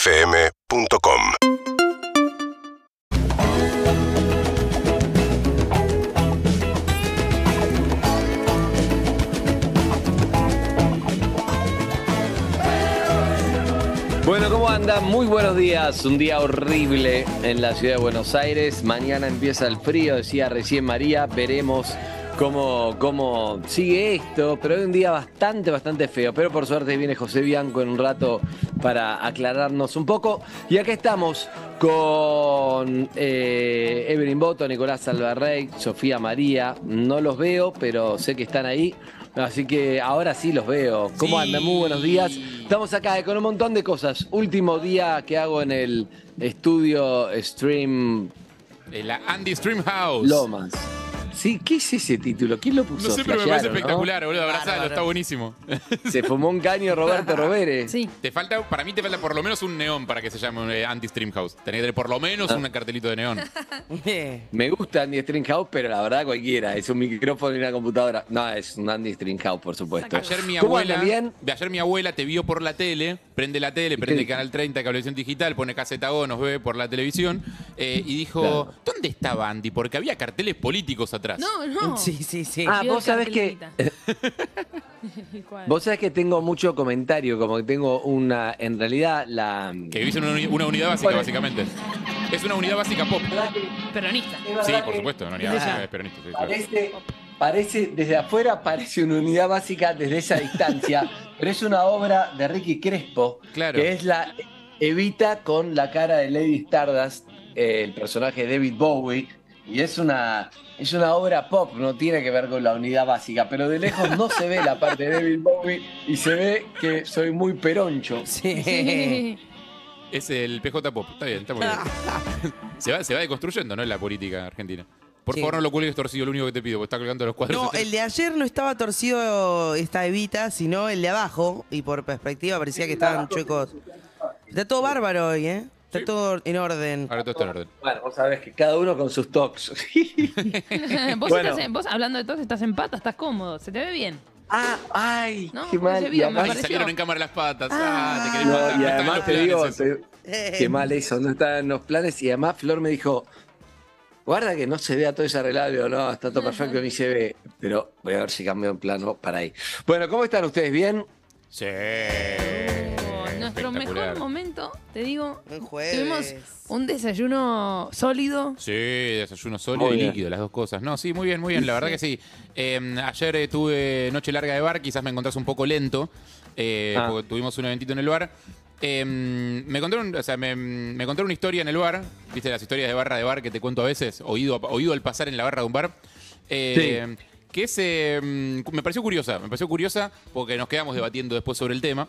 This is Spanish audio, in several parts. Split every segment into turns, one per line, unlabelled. UrbanaPlayFM.com
Bueno, ¿cómo andan? Muy buenos días. Un día horrible en la ciudad de Buenos Aires. Mañana empieza el frío, decía recién María. Veremos cómo, cómo sigue esto. Pero hoy un día bastante, bastante feo. Pero por suerte viene José Bianco en un rato para aclararnos un poco. Y acá estamos con eh, Evelyn Boto, Nicolás Alvarrey, Sofía María. No los veo, pero sé que están ahí. Así que ahora sí los veo. ¿Cómo
Sí.
andan? Muy buenos días. Estamos acá eh, con un montón de cosas. Último día que hago en el estudio Stream
De la Andy Streamhouse.
Lomas. Sí, ¿qué es ese título? ¿Quién lo puso?
No sé, pero me parece
Flashearon, ¿no?
espectacular, boludo. Abrazalo,
Bárbaro.
está buenísimo.
Se fumó un caño Roberto Robere.
Sí.
Te falta, para mí te falta por lo menos un neón para que se llame eh, Andy Streamhouse. Tenés que tener por lo
Ah.
menos un cartelito de neón.
Eh,
Me gusta Andy Stringhouse, pero la verdad cualquiera. Es un micrófono y una computadora. No, es un Andy Stringhouse, por supuesto.
Ayer mi
¿Cómo
abuela,
anda, bien?
de ayer mi abuela te vio por la tele, prende la tele, prende
dijo?
Canal 30, Cablevisión Digital, pone caseta O, nos ve por la televisión eh, y dijo,
Claro.
¿dónde estaba Andy? Porque había carteles políticos atrás.
No, no.
Sí, sí, sí.
Ah,
Vio
vos
el
sabés que
cartelito. ¿Cuál?
vos sabés que tengo mucho comentario, como que tengo una, en realidad la
Que vivís en una, uni- una unidad básica,
Bueno.
básicamente. Es una unidad básica pop.
Peronista.
Sí, por supuesto, una
Ah.
unidad básica es peronista. sí, claro.
Parece, parece, desde afuera parece una unidad básica desde esa distancia, pero es una obra de Ricky Crespo,
Claro.
que es la Evita con la cara de Lady Stardust, eh, el personaje de David Bowie, y es una, es una obra pop, no tiene que ver con la unidad básica, pero de lejos no se ve la parte de David Bowie y se ve que soy muy peroncho.
Sí.
Sí.
Es el PJ Pop. Está bien, está muy bien. se, va, se va deconstruyendo, ¿no? La política argentina. Por
Sí.
favor, no lo cuelgues torcido, lo único que te pido, porque está colgando los cuadros. Este-
No, el de ayer no estaba torcido esta evita, sino el de abajo. Y por perspectiva parecía que estaban chuecos. Está todo bárbaro hoy, ¿eh? Está
Sí.
todo en orden.
Ahora todo está en orden.
Bueno, vos sabés que cada uno con sus tocs.
vos,
Bueno.
estás en- vos, hablando de todo, estás en pata, estás cómodo, se te ve bien.
ah, ay,
No,
qué
no
mal.
se
y
vio, me
además-
Ay,
pareció.
salieron en cámara las patas. Ah, te querés
No,
matar.
y
No están
además
los
te
planes
digo,
esos.
te-
Eh,
qué mal eso, no está en los planes. Y además Flor me dijo, guarda que no se vea todo ese arreglado, no, está todo perfecto, ni se ve. Pero voy a ver si cambio el plano para ahí. Bueno, ¿cómo están ustedes? ¿Bien?
Sí.
Oh, Nuestro
espectacular.
mejor momento, te digo,
Un
tuvimos
jueves.
un desayuno sólido.
Sí, desayuno sólido
Muy
y
bien.
líquido, las dos cosas. No, sí, muy bien, muy bien, la verdad que sí. Eh, ayer eh, tuve noche larga de bar, quizás me encontrás un poco lento, eh,
Ah.
porque tuvimos un eventito en el bar. Eh, me, contaron, o sea, me, me contaron una historia en el bar, viste las historias de barra de bar que te cuento a veces, oído, oído al pasar en la barra de un bar. Eh, Que es, eh, me pareció curiosa, me pareció curiosa porque nos quedamos debatiendo después sobre el tema.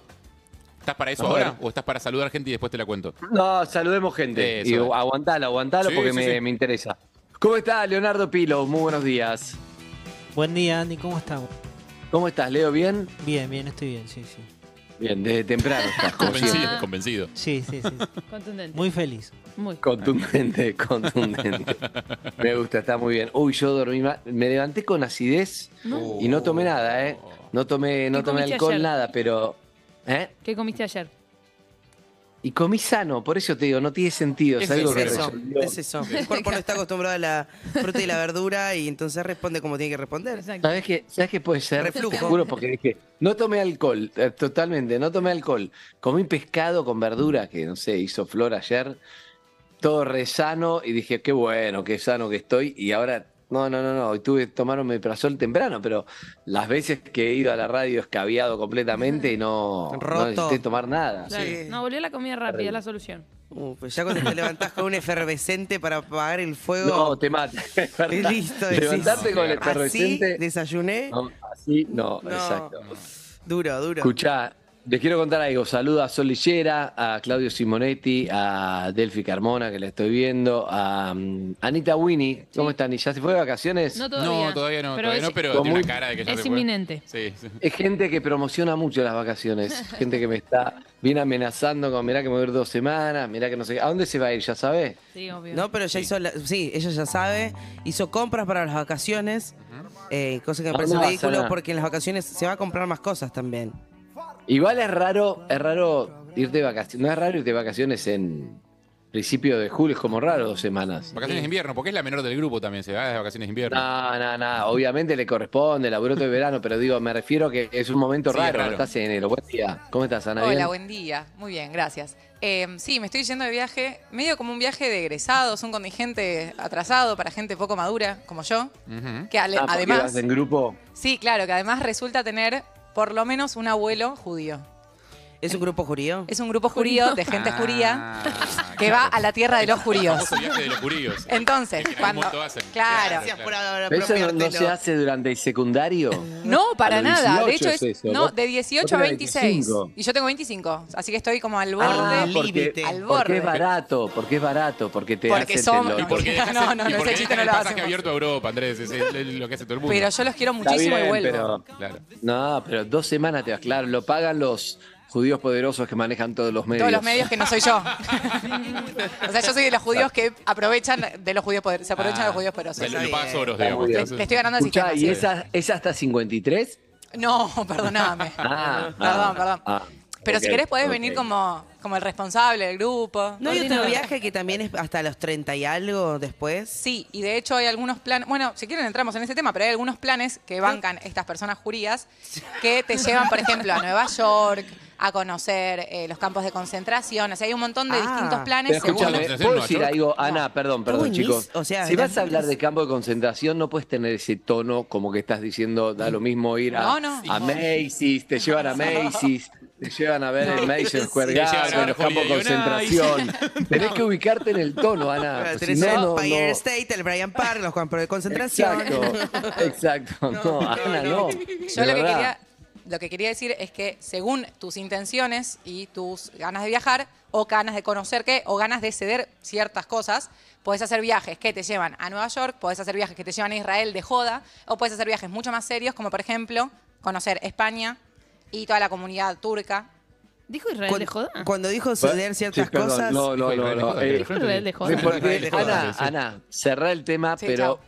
¿Estás para eso
A
ahora?
ver.
¿O estás para saludar gente y después te la cuento?
No, saludemos gente.
Eso,
y
dale.
aguantalo, aguantalo
Sí,
porque
sí,
me,
sí.
me interesa. ¿Cómo está Leonardo Pilo? Muy buenos días.
Buen día, Andy, ¿cómo estamos?
¿Cómo estás, Leo? ¿Bien?
Bien, bien, estoy bien, sí, sí.
Bien, desde temprano estás, como siempre.
Convencido, convencido.
Sí, sí, sí. sí.
Contundente.
Muy feliz.
Muy.
Contundente, contundente. Me gusta, está muy bien. Uy, yo dormí mal. Me levanté con acidez
Uh.
¿No?
Y no tomé nada, ¿eh? No tomé, no
¿Qué
tomé
comiste
alcohol,
ayer?
nada, pero. ¿eh?
¿Qué comiste ayer?
Y comí sano, por eso te digo, no tiene sentido. Es
Eso
algo
Es
que
eso,
resolvió.
es eso. El cuerpo no está acostumbrado a la fruta y la verdura y entonces responde como tiene que responder.
Exacto.
¿Sabes qué, ¿Sabes qué puede ser?
Reflujo.
Te juro, porque dije, no tomé alcohol, eh, totalmente, no tomé alcohol. Comí pescado con verdura, que no sé, hizo flor ayer, todo re sano, y dije, qué bueno, qué sano que estoy, y ahora, no, no, no, no, hoy tuve que tomar un meprazol temprano, pero las veces que he ido a la radio escabiado completamente, no, no
Roto.
necesité tomar nada.
Claro.
Ah.
Sí.
No, volvió la comida rápida, la solución.
Uh, pues ya cuando te levantás con un efervescente para apagar el fuego.
No, te mata. es verdad.
Y listo, decís,
Levantarte con el
Así
efervescente.
desayuné.
No, así no,
No.
exacto.
Duro, duro.
Escuchá, les quiero contar algo. Saluda a Sol Lillera, a Claudio Simonetti, a Delphi Carmona, que la estoy viendo, a mm, Anita Winnie. ¿Cómo están? ¿Y ya se fue de vacaciones?
No todavía.
No, todavía no,
Pero
todavía
es-
no, pero
Como
tiene
muy-
una cara de que ya
es
se fue.
inminente.
Sí, sí.
Es gente que promociona mucho las vacaciones. Gente que me está bien amenazando con, mirá que me voy a ir dos semanas, mirá que no sé qué. ¿A dónde se va a ir? ¿Ya sabés?
Sí, obvio.
No, pero ya hizo, la- sí, ella ya sabe, hizo compras para las vacaciones, eh, cosa que me
Ah,
parece
no,
ridículo
Sana.
porque en las vacaciones se va a comprar más cosas también.
Igual es raro, es raro irte de vacaciones. No es raro irte de vacaciones en principio de julio, es como raro dos semanas.
Vacaciones de invierno, porque es la menor del grupo también, se va de vacaciones de invierno.
Ah.
No, no, no. Obviamente le corresponde, laburo de verano, pero digo, me refiero que es un momento
Sí, es
raro.
raro.
Estás en enero. Buen día. ¿Cómo estás, Ana?
Hola,
¿Bien?
buen día. Muy bien, gracias. Eh, sí, me estoy yendo de viaje, medio como un viaje de egresados, un contingente atrasado para gente poco madura, como yo,
Ujú.
que ale-
Ah, porque
además...
vas en grupo.
Sí, claro, que además resulta tener por lo menos un abuelo judío.
¿Es un grupo judío?
Es un grupo judío de gente
Ah,
judía que
claro.
va a la tierra de los judíos.
Famoso viaje de los judíos.
Entonces,
Que en algún
cuando...
momento hacen.
Claro.
Gracias por ahora
¿Pero ¿Eso no- no, se hace durante el secundario?
No, para
A los
nada. De
18
hecho, es,
es eso,
no,
vos-
de
vos
18 a
tenés
26.
25.
Y yo tengo 25. Así que estoy como al borde.
Ah, porque-
al,
porque,
límite.
al
porque
borde.
es barato, porque es barato, porque te
Porque
hacen el
somos-
Y
no,
loco.
porque dejas
no,
el-
no,
y
no,
porque
ese chiste
dejan
no
el
lo
pasaje
hacemos.
abierto a Europa, Andrés, es, es lo que hace todo el mundo.
Pero yo los quiero
Está
muchísimo y
bien,
vuelvo.
pero-
Claro.
No, pero dos semanas te vas, claro, lo pagan los judíos poderosos que manejan todos los medios.
Todos los medios que no soy yo. o sea, yo soy de los judíos que aprovechan de los judíos poder- se aprovechan de
Ah.
los judíos
pero
poderosos.
Ah. Lo, lo
Está
pagas
bien.
oros,
Está muy bien.
digamos.
Le,
Entonces,
le estoy ganando el sistema.
Escuchá, ¿y esa, esa hasta 53?
No, perdóname.
Ah,
perdón,
ah,
perdón.
ah,
pero
ok,
si querés podés
ok.
venir como, como el responsable del grupo.
¿No hay otro
Ordinario.
viaje que también es hasta los 30 y algo después?
Sí, y de hecho hay algunos planes, bueno, si quieren entramos en ese tema, pero hay algunos planes que bancan estas personas jurías que te llevan, por ejemplo, a Nueva York, a conocer eh, los campos de concentración, o sea, hay un montón de
Ah.
distintos planes.
Pero
según
escúchame,
los-
¿Concentración en
¿puedo
Nueva
decir
York?
algo? Ana, perdón, perdón,
buenís-
chicos.
o sea,
si vas a
eran-
hablar de campo de concentración, no puedes tener ese tono como que estás diciendo, da lo mismo ir a,
No, no.
a Macy's, te llevan a Macy's, te llevan a ver el Macy's Square
Te llevan a
Garden,
ver
los campos de
Holiday Inn Ice.
concentración. Tenés que ubicarte en el tono, Ana.
Claro,
Ah, pues si
tenés
no,
el
no,
Empire
no.
State, el Bryant Park, los campos de concentración.
Exacto, exacto. No, Ana, no.
Yo
De
lo que,
verdad.
quería, lo que quería decir es que según tus intenciones y tus ganas de viajar, o ganas de conocer qué, o ganas de ceder ciertas cosas, podés hacer viajes que te llevan a Nueva York, podés hacer viajes que te llevan a Israel de joda, o podés hacer viajes mucho más serios, como por ejemplo conocer España y toda la comunidad turca.
¿Dijo Israel
Cuando,
de joda?
cuando dijo ceder ciertas
Sí, perdón,
cosas,
No, no, no. no, eh,
Dijo Israel de
Sí,
joda.
por-
porque-
Dejó,
Ana,
sí, sí.
Ana, cerrá el tema,
Sí,
pero,
chao.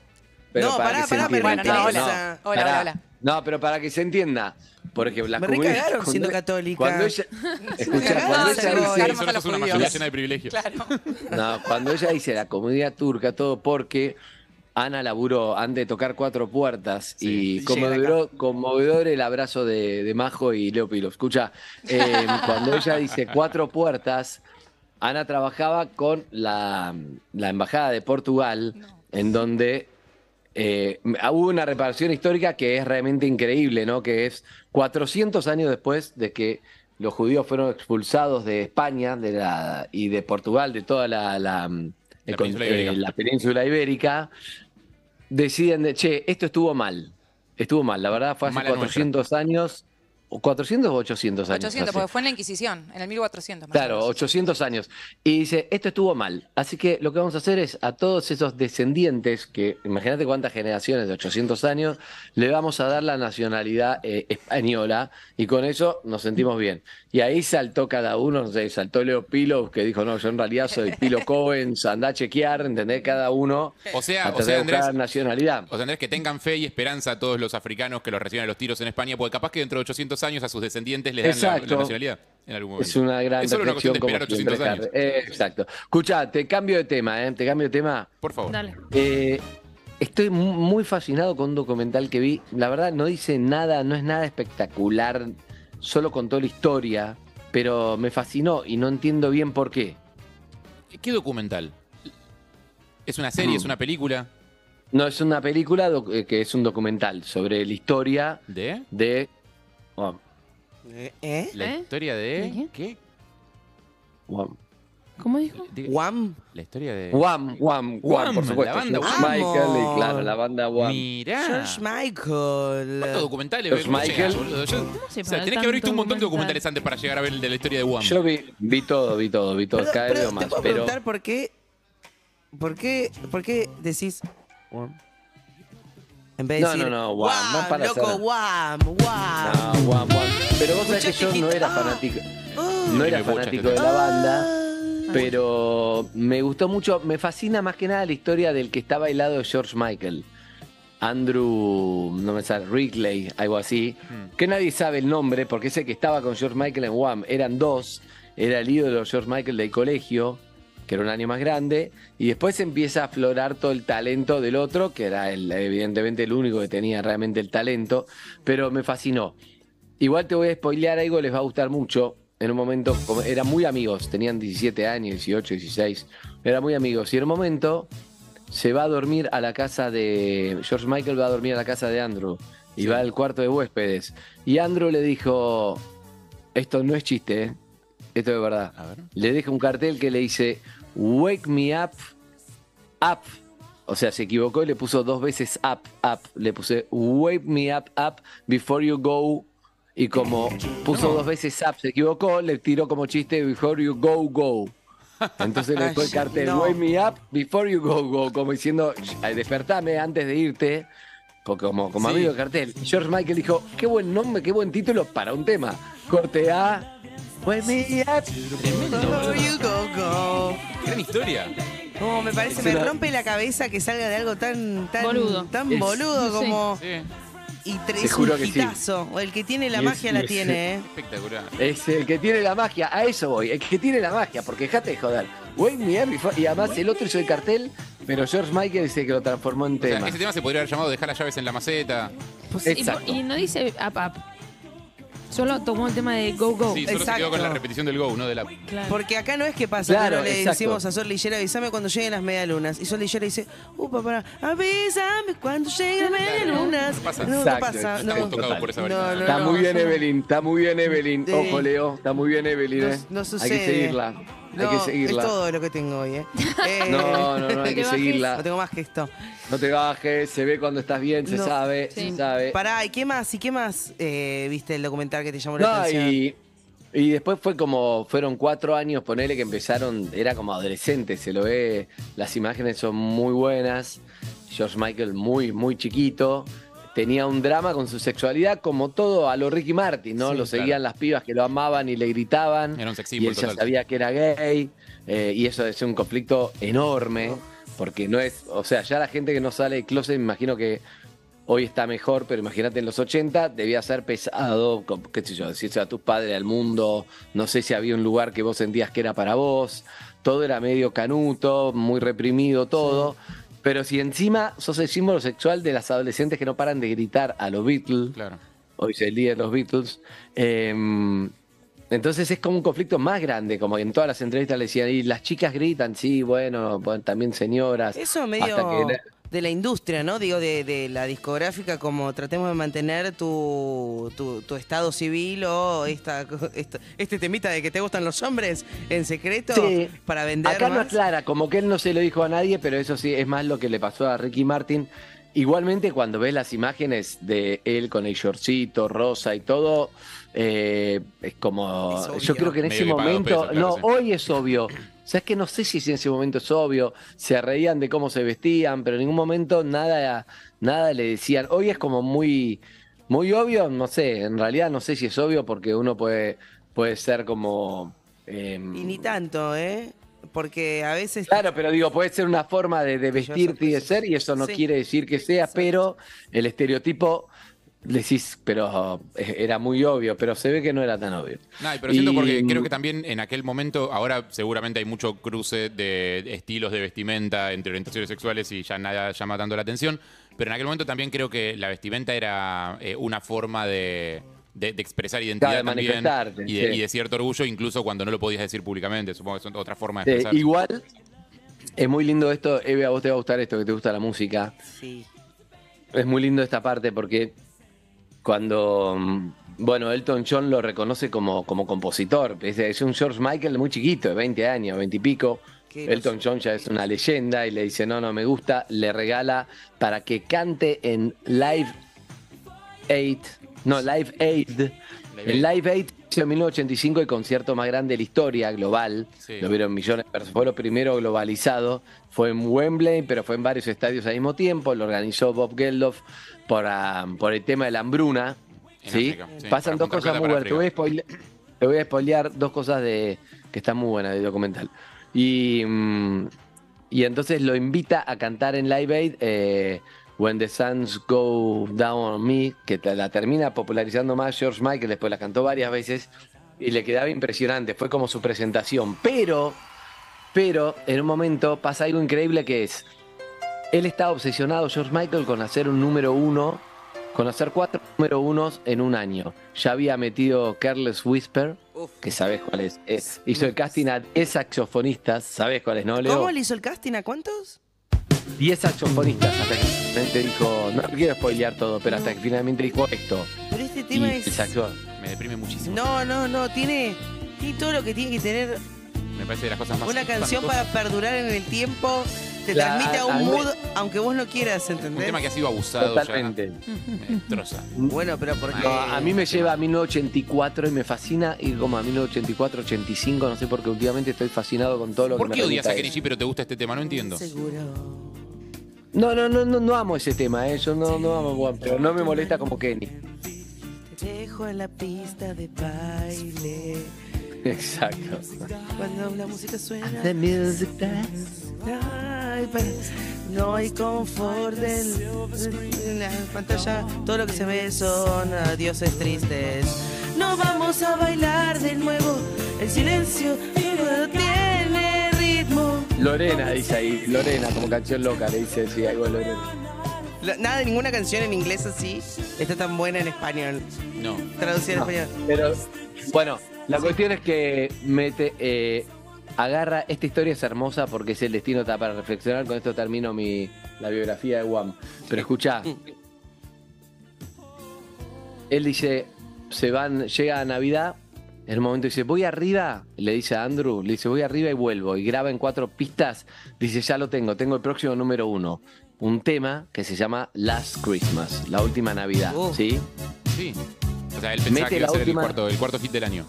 pero
No,
para
pará,
que
pará,
se
me
entienda.
Bueno, no, hola.
No,
Hola,
pará.
hola,
No, pero para que se entienda. Porque las
Me
comunidades-
recagaron
cuando-
siendo católica.
Cuando ella, escuchá,
cagaron,
cuando
se
ella
cagaron.
dice,
Armas a
Solo
los
sos una
judíos.
familia llena de privilegios.
Claro.
no, cuando ella dice la comunidad turca, todo porque Ana laburó antes de tocar cuatro puertas y
Sí,
conmovedor, conmovedor el abrazo de, de Majo y Leo Pilo. Escucha, eh, cuando ella dice cuatro puertas, Ana trabajaba con la, la embajada de Portugal, en donde eh, hubo una reparación histórica que es realmente increíble, ¿no? Que es 400 años después de que los judíos fueron expulsados de España de la, y de Portugal, de toda la, la, mm, eh, con-
península
eh,
ibérica.
la península ibérica, deciden, de, che, esto estuvo mal, estuvo mal, la verdad fue hace
Mala
400 años, o 400 o 800 años.
800,
hace.
porque fue en la Inquisición, en el 1400. más o
Claro,
menos.
800 años. Y dice, esto estuvo mal. Así que lo que vamos a hacer es a todos esos descendientes, que imagínate cuántas generaciones de 800 años, le vamos a dar la nacionalidad eh, española y con eso nos sentimos bien. Y ahí saltó cada uno, no sé, saltó Leo Pilo, que dijo, no, yo en realidad soy Pilo Cohen, andá a chequear, ¿entendés? Cada uno
O sea,
a
o sea,
de
Andrés,
buscar nacionalidad.
O sea, Andrés, que tengan fe y esperanza a todos los africanos que los reciben a los tiros en España, porque capaz que dentro de 800 años a sus descendientes les dan la- la,
Exacto.
nacionalidad en algún momento.
Es una gran
Es solo una cuestión
reflexión
de
como
esperar
siempre.
800 años.
Harry. Eh, exacto. Escuchá, te cambio de tema, ¿eh? Te cambio de tema.
Por favor.
Dale.
Eh, estoy mu- muy fascinado con un documental que vi. La verdad, no dice nada, no es nada espectacular. Solo contó la historia, pero me fascinó y no entiendo bien por qué.
¿Qué documental? ¿Es una
Mm.
serie? ¿Es una película?
No es una película doc- eh, que es un documental sobre la historia
¿De?
de. oh,
¿eh?
¿La
¿Eh?
historia de.?
¿De
¿Qué?
Guam,
¿Cómo dijo?
De-
¿Guam?
¿La historia de.?
Guam, Guam,
Guam,
Guam, por supuesto.
la banda
George
Guam.
Michael y
Vamos.
claro, la banda Guam.
Ah.
Mirá.
George Michael.
¿Cuántos documentales
George
veo? ¿Cómo
Michael.
llega, boludo? Yo-
se
o sea,
para
tenés que haber
tanto
visto un montón de
documental?
documentales antes para llegar a ver el de la historia de Guam.
Yo vi, vi todo, vi todo, vi todo,
Pero-
cada vez
pero
veo
te
más.
puedo
Pero
preguntar por qué, por qué, por qué decís Guam. En vez de
No,
decir,
no, no, Guam, no para
loco,
hacer-
Guam, Guam.
No, Guam, Guam. Pero vos sabés que
Escuchaste,
yo no
hijita.
era
Ah.
fanático,
Oh,
no
Y
era
me bocha,
fanático de
¿entendés?
la banda,
ah.
pero me gustó mucho, me fascina más que nada la historia del que está bailado George Michael. Andrew, no me sale, Wrigley, algo así, que nadie sabe el nombre, porque ese que estaba con George Michael en Wham, eran dos, era el ídolo George Michael del colegio, que era un año más grande, y después empieza a aflorar todo el talento del otro, que era el- evidentemente el único que tenía realmente el talento, pero me fascinó. Igual te voy a spoilear algo, les va a gustar mucho. En un momento, como- eran muy amigos, tenían 17 años, 18, 16, eran muy amigos. Y en un momento se va a dormir a la casa de. George Michael va a dormir a la casa de Andrew. Y va al cuarto de huéspedes. Y Andrew le dijo: Esto no es chiste, ¿eh? esto es verdad.
A ver.
Le deja un cartel que le dice: Wake me up, up. O sea, se equivocó y le puso dos veces up, up. Le puse wake me up, up before you go. Y como puso dos veces up, se equivocó, le tiró como chiste before you go, go. Entonces le dejó el
Ay,
cartel
no.
wake me up before you go, go. Como diciendo, "Ay, despertame antes de irte. Porque como, como
Sí.
amigo de cartel, George Michael dijo, qué buen nombre, qué buen título para un tema. Corte A. Wake me up.
Where you go, go.
Gran historia.
No, me parece,
Es
me
una-
rompe la cabeza que salga de algo tan, tan
Boludo.
tan
Es-
boludo
Sí.
como.
Sí,
Y tres
Te juro que sí.
El que tiene la
Y es-
magia
y
la
es-
tiene, ¿eh?
espectacular.
Es el que tiene la magia, a eso voy, el que tiene la magia, porque dejate de joder. Wake me up before- y además el otro hizo el cartel, pero George Michael dice que lo transformó en
O sea,
tema.
este
ese tema se podría haber llamado Dejar las llaves en la maceta.
Pues, Y, por-
Exacto.
y no dice up, up. Solo tomó el tema de go, go.
Sí, solo se
Exacto.
quedó con la repetición del go, no de la.
Claro.
Porque acá no es que pasa,
Claro,
pero le
exacto.
decimos a Sol Lillera, avísame cuando lleguen las medialunas. Y Sol Lillera dice, upa, para, avísame cuando lleguen las medialunas.
no pasa.
No, no
Exacto,
pasa.
exacto.
No,
Estamos tocados por esa
No,
varita.
no,
Está
no.
muy bien Evelyn, está muy bien Evelyn.
Sí.
Ojo Leo, está muy bien Evelyn.
No-
eh.
no
Hay
sucede.
que seguirla, hay que
No,
seguirla.
Es todo lo que tengo hoy, ¿eh? Eh,
No, no, no, hay
Te
que
bajes.
no
seguirla.
tengo más que esto.
No te bajes, se ve cuando estás bien, se
No.
sabe,
Sí.
se sabe.
Pará, ¿y qué más? ¿Y qué más eh, viste el documental que te llamó la
No,
atención?
y, y después fue como, fueron cuatro años, ponele que empezaron, era como adolescente, se lo ve, las imágenes son muy buenas, George Michael muy, muy chiquito, tenía un drama con su sexualidad como todo a lo Ricky Martin, ¿no?
Sí,
lo seguían
claro.
las pibas que lo amaban y le gritaban,
Era un sex
y él
symbol
ya
total.
sabía que era gay, eh, y eso es un conflicto enorme, porque no es, o sea, ya la gente que no sale de closet, me imagino que hoy está mejor, pero imagínate en los 80 debía ser pesado, con- qué sé yo, decirse a tus padres, al mundo, no sé si había un lugar que vos sentías que era para vos, todo era medio canuto, muy reprimido todo, pero si encima sos el símbolo sexual de las adolescentes que no paran de gritar a los Beatles,
Claro.
hoy es el día de los Beatles. eh, entonces es como un conflicto más grande, como en todas las entrevistas le decían, y las chicas gritan, sí, bueno, bueno, también señoras.
Eso
hasta
medio
que-
de la industria, ¿no? Digo, de, de la discográfica, como tratemos de mantener tu, tu, tu estado civil o esta, esta- este temita de que te gustan los hombres en secreto
Sí.
para vender
Acá no
más.
aclara, como que él no se lo dijo a nadie, pero eso sí, es más lo que le pasó a Ricky Martin. Igualmente, cuando ves las imágenes de él con el shortcito, rosa y todo, eh, es como.
Es obvio.
yo creo que en
Medio
ese
que pagó
momento.
peso, claro,
no,
sí.
hoy es obvio. O sea, es que no sé si en ese momento es obvio. Se reían de cómo se vestían, pero en ningún momento nada, nada le decían. Hoy es como muy. Muy obvio, no sé, en realidad no sé si es obvio porque uno puede, puede ser como... em,
Y ni tanto, ¿eh? Porque a veces.
Claro, pero digo, puede ser una forma de, de vestirte y de ser, y eso no
Sí.
quiere decir que sea, pero el estereotipo, decís, pero eh, era muy obvio, pero se ve que no era tan obvio.
No, y pero siento
Y- mm,
porque creo que también en aquel momento, ahora seguramente hay mucho cruce de estilos de vestimenta entre orientaciones sexuales y ya nada llama tanto la atención, pero en aquel momento también creo que la vestimenta era eh, una forma de, de- de expresar identidad
Claro, de
también
manifestarte,
y, de,
sí.
y de cierto orgullo, incluso cuando no lo podías decir públicamente, supongo que son otra forma de
Eh,
expresar.
igual, es muy lindo esto, Eve, a vos te va a gustar esto, que te gusta la música.
Sí.
Es muy lindo esta parte porque cuando, mm, bueno, Elton John lo reconoce como, como compositor, es, es un George Michael muy chiquito, de 20 años, 20 y pico.
Qué
Elton John ya es una leyenda y le dice, no, no, me gusta, le regala para que cante en Live 8, no, Live 8. El Live 8 en 1985 el concierto más grande de la historia global.
Sí.
Lo vieron millones de personas. Fue lo primero globalizado. Fue en Wembley, pero fue en varios estadios al mismo tiempo. Lo organizó Bob Geldof por, ah, por el tema de la hambruna.
En
¿sí?
África, sí, para
Pasan dos
juntar
cosas
plata
muy
para
buenas. Te voy, a spoile- te voy a spoilear dos cosas de que están muy buenas del documental. Y, mm, y entonces lo invita a cantar en Live Aid eh, When the Suns Go Down on Me, que te- la termina popularizando más George Michael, después la cantó varias veces. y le quedaba impresionante, fue como su presentación. Pero, pero en un momento pasa algo increíble que es, él estaba obsesionado, George Michael, con hacer un número uno, con hacer cuatro número unos en un año. Ya había metido Careless Whisper,
Uf.
que sabes cuál es. eh, hizo el casting a 10 saxofonistas, sabes cuál es, ¿no, Leo?
¿Cómo le hizo el casting a cuántos?
10 saxofonistas hasta que finalmente dijo, no quiero spoilear todo, pero hasta que finalmente dijo esto.
Pero este
Y
tema
el
es.
saxo-
Me
¿eh?
deprime muchísimo.
No, no, no, tiene, tiene todo lo que tiene que tener
Me parece de las cosas más.
una canción
espantosas.
para perdurar en el tiempo. Te
La-
transmite a
al-
un mood, aunque vos no quieras,
Un tema
¿entendés?
que ha sido abusado
Totalmente.
Mm.
ya. Me destroza.
Bueno, pero porque.
No, a mí me lleva a 1984 y me fascina ir como a 1984, 85, no sé por qué últimamente estoy fascinado con todo lo que
¿Por
me
qué odias
remita
a
eso.
Kenny G pero te gusta este tema? No entiendo.
Seguro.
No, no, no, no, no amo ese tema, eh. yo no, no amo, Juan, pero no me molesta como Kenny.
Te dejo en la pista de baile.
Exacto.
Cuando la música suena. Ay, pa- no hay confort en, en la pantalla. Todo lo que se ve son adioses tristes. No vamos a bailar de nuevo. El silencio no tiene ritmo.
Lorena dice ahí, Lorena, como canción loca, le dice, sí, algo de Lorena.
Lo- Nada, de ninguna canción en inglés así está tan buena en español.
No.
Traducida
No,
en español.
Pero, bueno, la cuestión es que mete, eh, agarra, esta historia es hermosa porque es el destino está para reflexionar, con esto termino mi, la biografía de Wham. Pero escuchá, él dice, se van, llega a Navidad, en un momento dice, voy arriba, le dice a Andrew, le dice, voy arriba y vuelvo, y graba en cuatro pistas, dice, ya lo tengo, tengo el próximo número uno. Un tema que se llama Last Christmas, la última Navidad,
Oh.
¿sí?
Sí. O sea, él pensaba
Mete
que iba a
la
ser
última-
el, cuarto, el cuarto hit del año.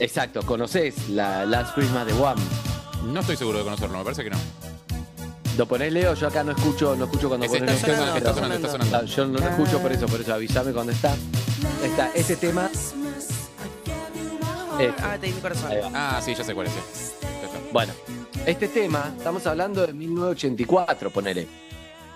Exacto, conoces la Last Christmas de Wham.
No estoy seguro de conocerlo, me parece que no.
Lo ponés Leo, yo acá no escucho, no escucho cuando
Ese
ponés
está,
está
Leo.
sonando, está sonando, está
sonando.
sonando.
Ah, Yo no lo escucho por eso, por eso avísame cuando está. Está este tema. Este.
Ah, te di mi corazón.
Ahí va.
Ah, sí, ya sé cuál es. sí. Ya está.
Bueno, este tema, estamos hablando de 1984, ponele.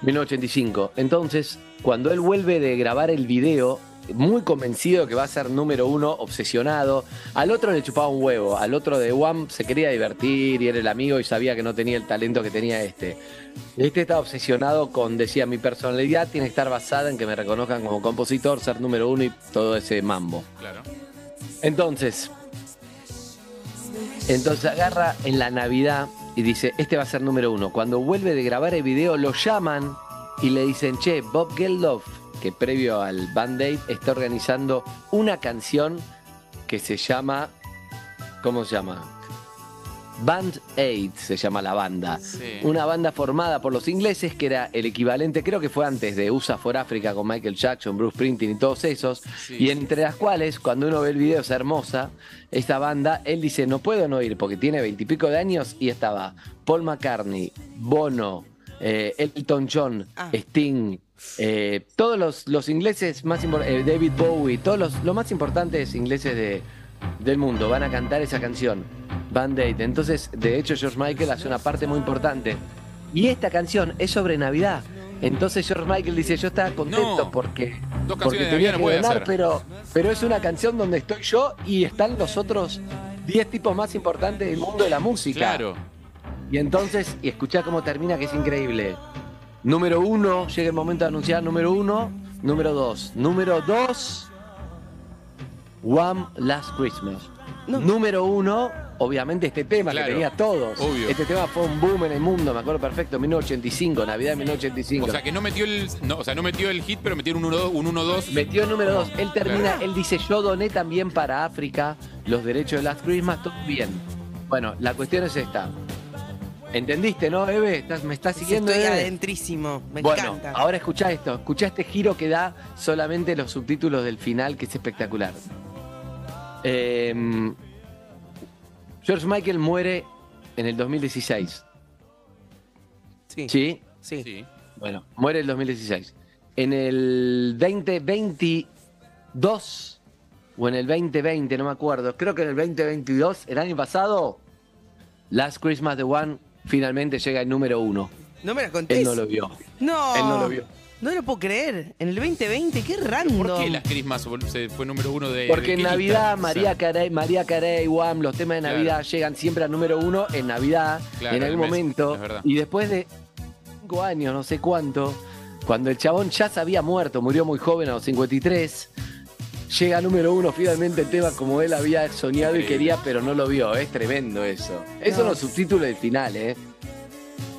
1985. Entonces, cuando él vuelve de grabar el video, muy convencido que va a ser número uno, obsesionado, al otro le chupaba un huevo, al otro de One se quería divertir y era el amigo y sabía que no tenía el talento que tenía este. Este estaba obsesionado con, decía, mi personalidad tiene que estar basada en que me reconozcan como compositor, ser número uno y todo ese mambo.
Claro.
Entonces, entonces agarra en la Navidad y dice, este va a ser número uno. Cuando vuelve de grabar el video, lo llaman y le dicen, che, Bob Geldof, que previo al Band Aid está organizando una canción que se llama, ¿cómo se llama? Band Aid se llama la banda.
Sí.
Una banda formada por los ingleses, que era el equivalente, creo que fue antes de USA for Africa con Michael Jackson, Bruce Springsteen y todos esos.
Sí.
Y entre las cuales, cuando uno ve el video, es hermosa. Esta banda, él dice: No puedo no ir porque tiene veintipico de años y estaba Paul McCartney, Bono, eh, Elton John,
Ah.
Sting. eh, todos los, los ingleses más impor- eh, David Bowie, todos los, los más importantes ingleses de- del mundo van a cantar esa canción, Band Aid. Entonces, de hecho, George Michael hace una parte muy importante. Y esta canción es sobre Navidad. Entonces George Michael dice, yo estaba contento
No.
porque
Dos
porque
canciones de Navidad
tenía
no
que
puede
ganar,
hacer.
pero, pero es una canción donde estoy yo y están los otros 10 tipos más importantes del mundo de la música.
Claro.
Y entonces, y escuchá cómo termina, que es increíble. Número uno, llega el momento de anunciar número uno, número dos. Número dos, One Last Christmas.
No.
Número uno, obviamente este tema
Claro.
que tenía todos.
Obvio.
Este tema fue un boom en el mundo, me acuerdo perfecto, 1985, Navidad de 1985.
O sea, que no metió el, no, o sea, no metió el hit, pero metió un 1-2. Un 1-2.
Metió el número 2. Él termina, él dice, yo doné también para África los derechos de Last Christmas, todo bien. Bueno, la cuestión es esta. ¿Entendiste, no, Eve? ¿Estás- ¿Me estás siguiendo,
Estoy
Eve?
adentrísimo. Me
bueno,
encanta.
ahora escuchá esto. Escuchá este giro que da solamente los subtítulos del final, que es espectacular. Eh, George Michael muere en el 2016.
Sí. Sí.
¿Sí?
Sí.
Bueno, muere el 2016. En el 2022 o en el 2020, no me acuerdo, creo que en el 2022, el año pasado, Last Christmas de One finalmente llega al número uno.
No me la contés.
Él no lo vio.
No.
Él no lo vio.
No lo puedo creer. En el 2020, qué random.
¿Por qué las Christmas vol- se fue número uno de.
Porque
de
en
qué
Navidad,
lista? Eh, O
María
sea,
Carey, María Carey, Guam, los temas de
Claro.
Navidad llegan siempre al número uno en Navidad,
Claro,
en algún
el mes,
momento.
es verdad.
Y después de cinco años, no sé cuánto, cuando el chabón ya se había muerto, murió muy joven a los 53, llega número uno finalmente el tema como él había soñado y
Increíble.
quería, pero no lo vio. Es tremendo eso. Eso
No.
los subtítulos del final, ¿eh?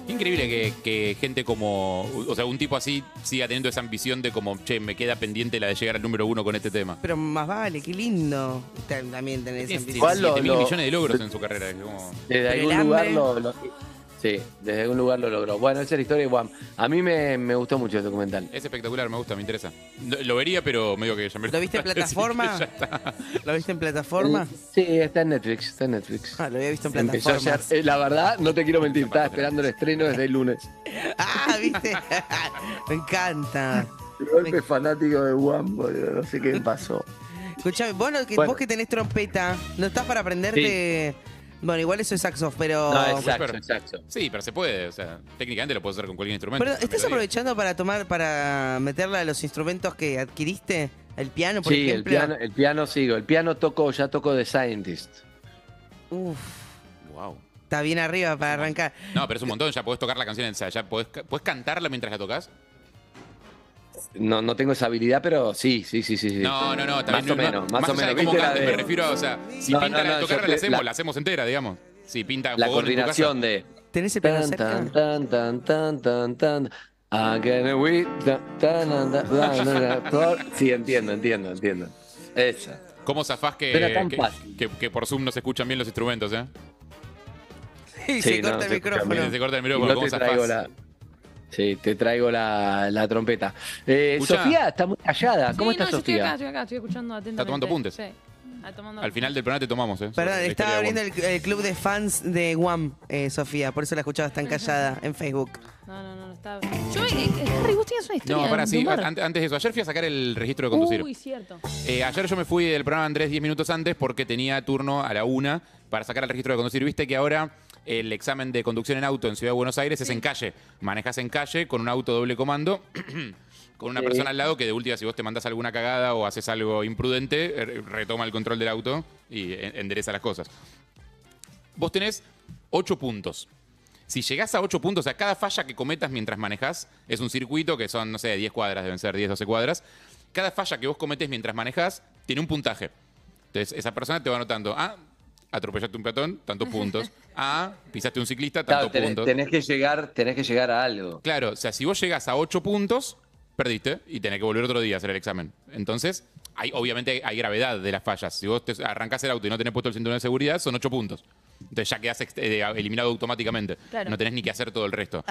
Increíble que, que gente como. O sea, un tipo así siga teniendo esa ambición de como, che, me queda pendiente la de llegar al número uno con este tema.
Pero más vale, qué lindo ta- también tener esa
Tiene
ambición.
¿Cuál lo-
17 mil
lo-
millones de logros en su carrera. es como-
Desde
Pero el
algún lugar
hambre-
lo, lo- Sí, desde algún lugar lo logró. Bueno, esa es la historia de Guam. A mí me, me gustó mucho el documental.
Es espectacular, me gusta, me interesa. Lo, lo vería, pero medio que ya me
¿Lo viste en plataforma?
Así que ya está.
¿Lo viste en plataforma?
Eh, Sí, está en Netflix, está en Netflix.
Ah, lo había visto en
Uh. Empezó
plataforma.
ayer. Eh, la verdad, no te quiero mentir, estaba esperando el estreno desde el lunes.
Ah, viste. Me encanta.
De golpe fanático de Juan, boludo, no sé qué pasó.
Escuchame, vos, lo que,
Bueno.
vos que tenés trompeta, ¿no estás para aprenderte? Bueno, igual eso es saxos, Oh, pero.
No, exacto,
Whisper.
exacto.
Sí, pero se puede. O sea, técnicamente lo puedes hacer con cualquier instrumento.
Pero, ¿Estás
Melodía.
aprovechando para tomar, para meterla a los instrumentos que adquiriste? ¿El piano, por
Sí, el
ejemplo?
piano, el piano sigo. El piano toco, ya toco The Scientist.
Uf,
Wow.
está bien arriba para arrancar.
No, pero es un montón. Ya podés tocar la canción. O sea, ya podés, ca- podés cantarla mientras la tocas.
No, no tengo esa habilidad, pero sí, sí, sí, sí. sí.
No, no, no.
Más
También,
o menos, más o
allá de
menos. ¿Viste
cómo
la
cante,
de-
me refiero a. O sea, si
No,
pinta
no,
la
no,
de
yo
tocarla,
te-
la hacemos.
la-
La... hacemos entera, digamos. Si pinta
La
fogón en tu
coordinación
casa.
de
¿Tenés el piano
tan
cerca?
tan tan tan tan tan tan I can we- tan, tan, tan, tan, tan, tan. Sí, entiendo, entiendo, entiendo. Esa.
¿Cómo zafás que,
Pero tan
que,
fácil.
que- que por Zoom no se escuchan bien los instrumentos, eh?
Y
Sí,
se corta
no,
el
se escucha
micrófono.
bien.
Se corta el
Y
micrófono,
no
¿cómo
te traigo la.
zafás?
Sí, te traigo la, la trompeta. Eh,
Escuchá.
Sofía está muy callada. ¿Cómo
Eh, Sí,
está
no, yo Estoy acá,
Sofía?
estoy acá, estoy escuchando atentamente.
tomando apuntes.
Sí. Ah, tomando
Al final del programa te tomamos, eh.
Perdón,
Sobre la
estaba
historia
abriendo
de
el, el club de fans de Guam, eh, Sofía, por eso la escuchabas tan callada en Facebook.
No, no, no, no está. Yo, eh, eh, Harry, vos tenías una
Juan.
historia.
No, para
de
sí,
humor.
an- antes de eso, ayer fui a sacar el registro de conducir.
Uy, cierto.
Eh, ayer yo me fui del programa Andrés 10 minutos antes porque tenía turno a la una para sacar el registro de conducir. Viste que ahora el examen de conducción en auto en Ciudad de Buenos Aires es en calle. Manejas en calle con un auto doble comando, con una persona al lado que de última, si vos te mandás alguna cagada o haces algo imprudente, eh, retoma el control del auto y en- endereza las cosas. Vos tenés ocho puntos. Si llegás a 8 puntos, o sea, cada falla que cometas mientras manejás, es un circuito que son, no sé, 10 cuadras, deben ser 10, 12 cuadras. Cada falla que vos cometes mientras manejás tiene un puntaje. Entonces, esa persona te va anotando, ah, atropellaste un peatón, tantos puntos. Ah, pisaste un ciclista,
Claro,
tantos
tenés,
puntos.
tenés que llegar, tenés que llegar a algo.
Claro, o sea, si vos llegas a 8 puntos, perdiste y tenés que volver otro día a hacer el examen. Entonces, hay, obviamente hay gravedad de las fallas. Si vos te arrancás el auto y no tenés puesto el cinturón de seguridad, son 8 puntos. Entonces ya quedás ex- eh, eliminado automáticamente.
Claro. Ah.
No tenés ni que hacer todo el resto.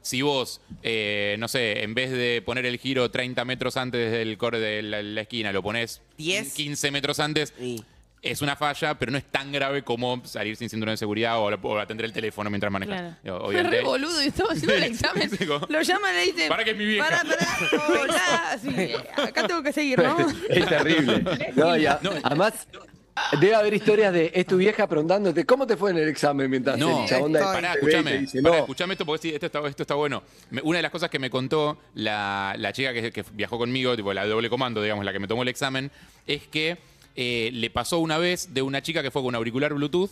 Si vos, eh, no sé, en vez de poner el giro 30 metros antes del core de la, la esquina, lo pones
10.
15 metros antes,
Sí.
es una falla, pero no es tan grave como salir sin cinturón de seguridad o, o atender el teléfono mientras manejas.
Claro.
Obviamente,
Re boludo, y estaba haciendo el examen.
Sí, como-
Lo llaman y le dicen.
Para que es mi vieja.
Para, para, volá. Sí,
eh,
acá tengo que seguir, ¿no?
Es terrible. No, y a- además, debe haber historias de es tu vieja preguntándote cómo te fue en el examen mientras
No,
el chabón de
pará,
te ve y te
escúchame.
dice,
pará,
no.
escúchame esto porque sí, esto está, esto está bueno. Me- una de las cosas que me contó la, la chica que, que viajó conmigo, tipo la de doble comando, digamos, la que me tomó el examen, es que eh, le pasó una vez de una chica que fue con auricular Bluetooth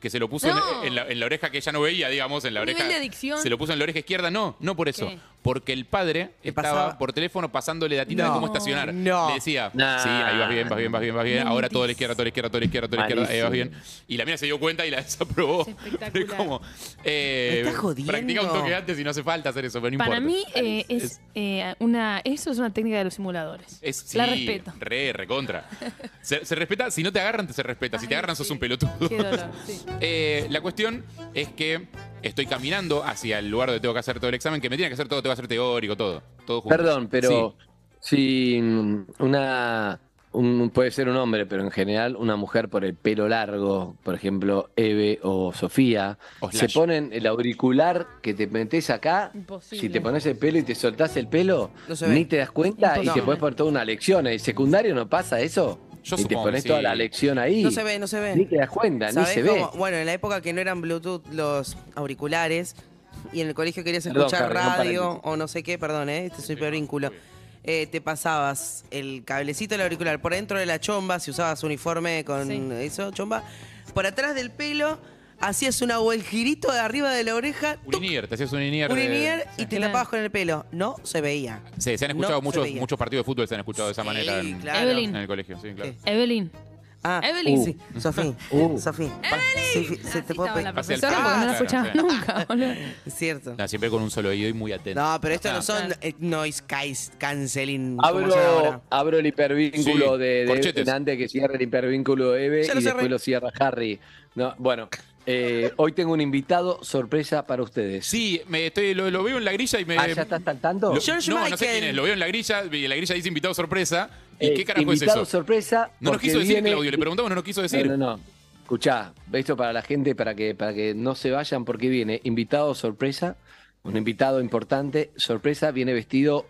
que se lo puso en-
No.
en, la, en la oreja que ella no veía, digamos, en la
Un
oreja.
nivel de adicción.
Se lo puso en la oreja izquierda, no, no por eso.
¿Qué?
Porque el padre estaba
pasaba?
por teléfono pasándole datita de
No.
cómo estacionar.
No.
Le decía,
Nah.
sí, ahí vas bien, vas bien, vas bien, vas bien. Ahora todo a la izquierda, todo a la izquierda, todo a la izquierda, todo a la izquierda, ahí vas bien.
Malísimo.
Y la mía se dio cuenta y la desaprobó.
Es espectacular.
Es como, eh,
Me estás jodiendo.
Practica un toque antes y no hace falta hacer eso, pero no
Para
importa.
mí eh, es eh, una, eso es una técnica de los simuladores.
Es- sí,
La respeto.
Re, recontra. Se, se respeta, si no te agarran, te se respeta. Si te
Ay,
agarran, sos
sí.
un pelotudo.
Qué dolor. Sí.
Eh, la cuestión es que estoy caminando hacia el lugar donde tengo que hacer todo el examen, que me tiene que hacer todo, tengo que hacer teórico, todo. todo junto.
Perdón, pero
Sí.
si mm, una un- puede ser un hombre, pero en general una mujer por el pelo largo, por ejemplo, Eve o Sofía,
O
se
Slash.
ponen el auricular que te metes acá,
Imposible.
si te pones el pelo y te soltás el pelo,
No se ve.
ni te das cuenta y te
Imposible.
puedes poner toda una lección. ¿En el secundario no pasa eso?
Yo
y te
supongo que
pones toda
sí.
la lección ahí.
No se ve, no se ve.
Ni te das cuenta, ni
¿Sabés
se ve.
cómo? Bueno, en la época que no eran Bluetooth los auriculares, y en el colegio querías
Perdón,
escuchar
Harry, no
radio
paréntesis.
o no sé qué, perdón, ¿eh? este es un hipervínculo. Eh, te pasabas el cablecito del auricular por dentro de la chomba, si usabas uniforme con
Sí.
eso, chomba, por atrás del pelo, hacías un agujerito de arriba de la oreja,
Un
¡tuc!
inier, te hacías un inier.
un
de-
inier y te
Claro.
tapabas con el pelo. No se veía.
Sí, se han escuchado
No se
muchos,
veía.
muchos partidos de fútbol, se han escuchado de esa
Sí,
manera en,
claro.
Evelyn.
en el colegio. Sí, claro.
Sí.
Evelyn,
Ah,
Evelyn.
Sí, Sofía.
Uh.
Sofía. Sí, se te puede
estaba la
Hacia
pedir.
el
profesora porque no la escuchaba
claro,
nunca, boludo.
Es cierto.
Nada, siempre con un solo oído y muy atento.
No, pero estos
Ah.
no son eh, noise cais- canceling. como se llama ahora.
Abro, abro el hipervínculo
Sí,
de, de
corchetes.
Evelyn antes que cierre el hipervínculo de Eve
Ya
y
lo
después
cerré.
lo cierra Harry. No, bueno, eh, hoy tengo un invitado sorpresa para ustedes.
Sí, me estoy, lo, lo veo en la grilla y me.
Ah, ¿ya estás al tanto?
Lo-
George
no, no sé
Michael.
quién es. Lo veo en la grilla y la grilla dice invitado sorpresa. ¿Y
Eh,
qué carajo es
invitado
eso?
sorpresa.
No nos
porque
quiso decir,
viene-
Claudio. Le preguntamos, no nos quiso decir.
No, no, no. Escuchá, esto para la gente, para que, para que no se vayan, porque viene invitado sorpresa, un invitado importante, sorpresa, viene vestido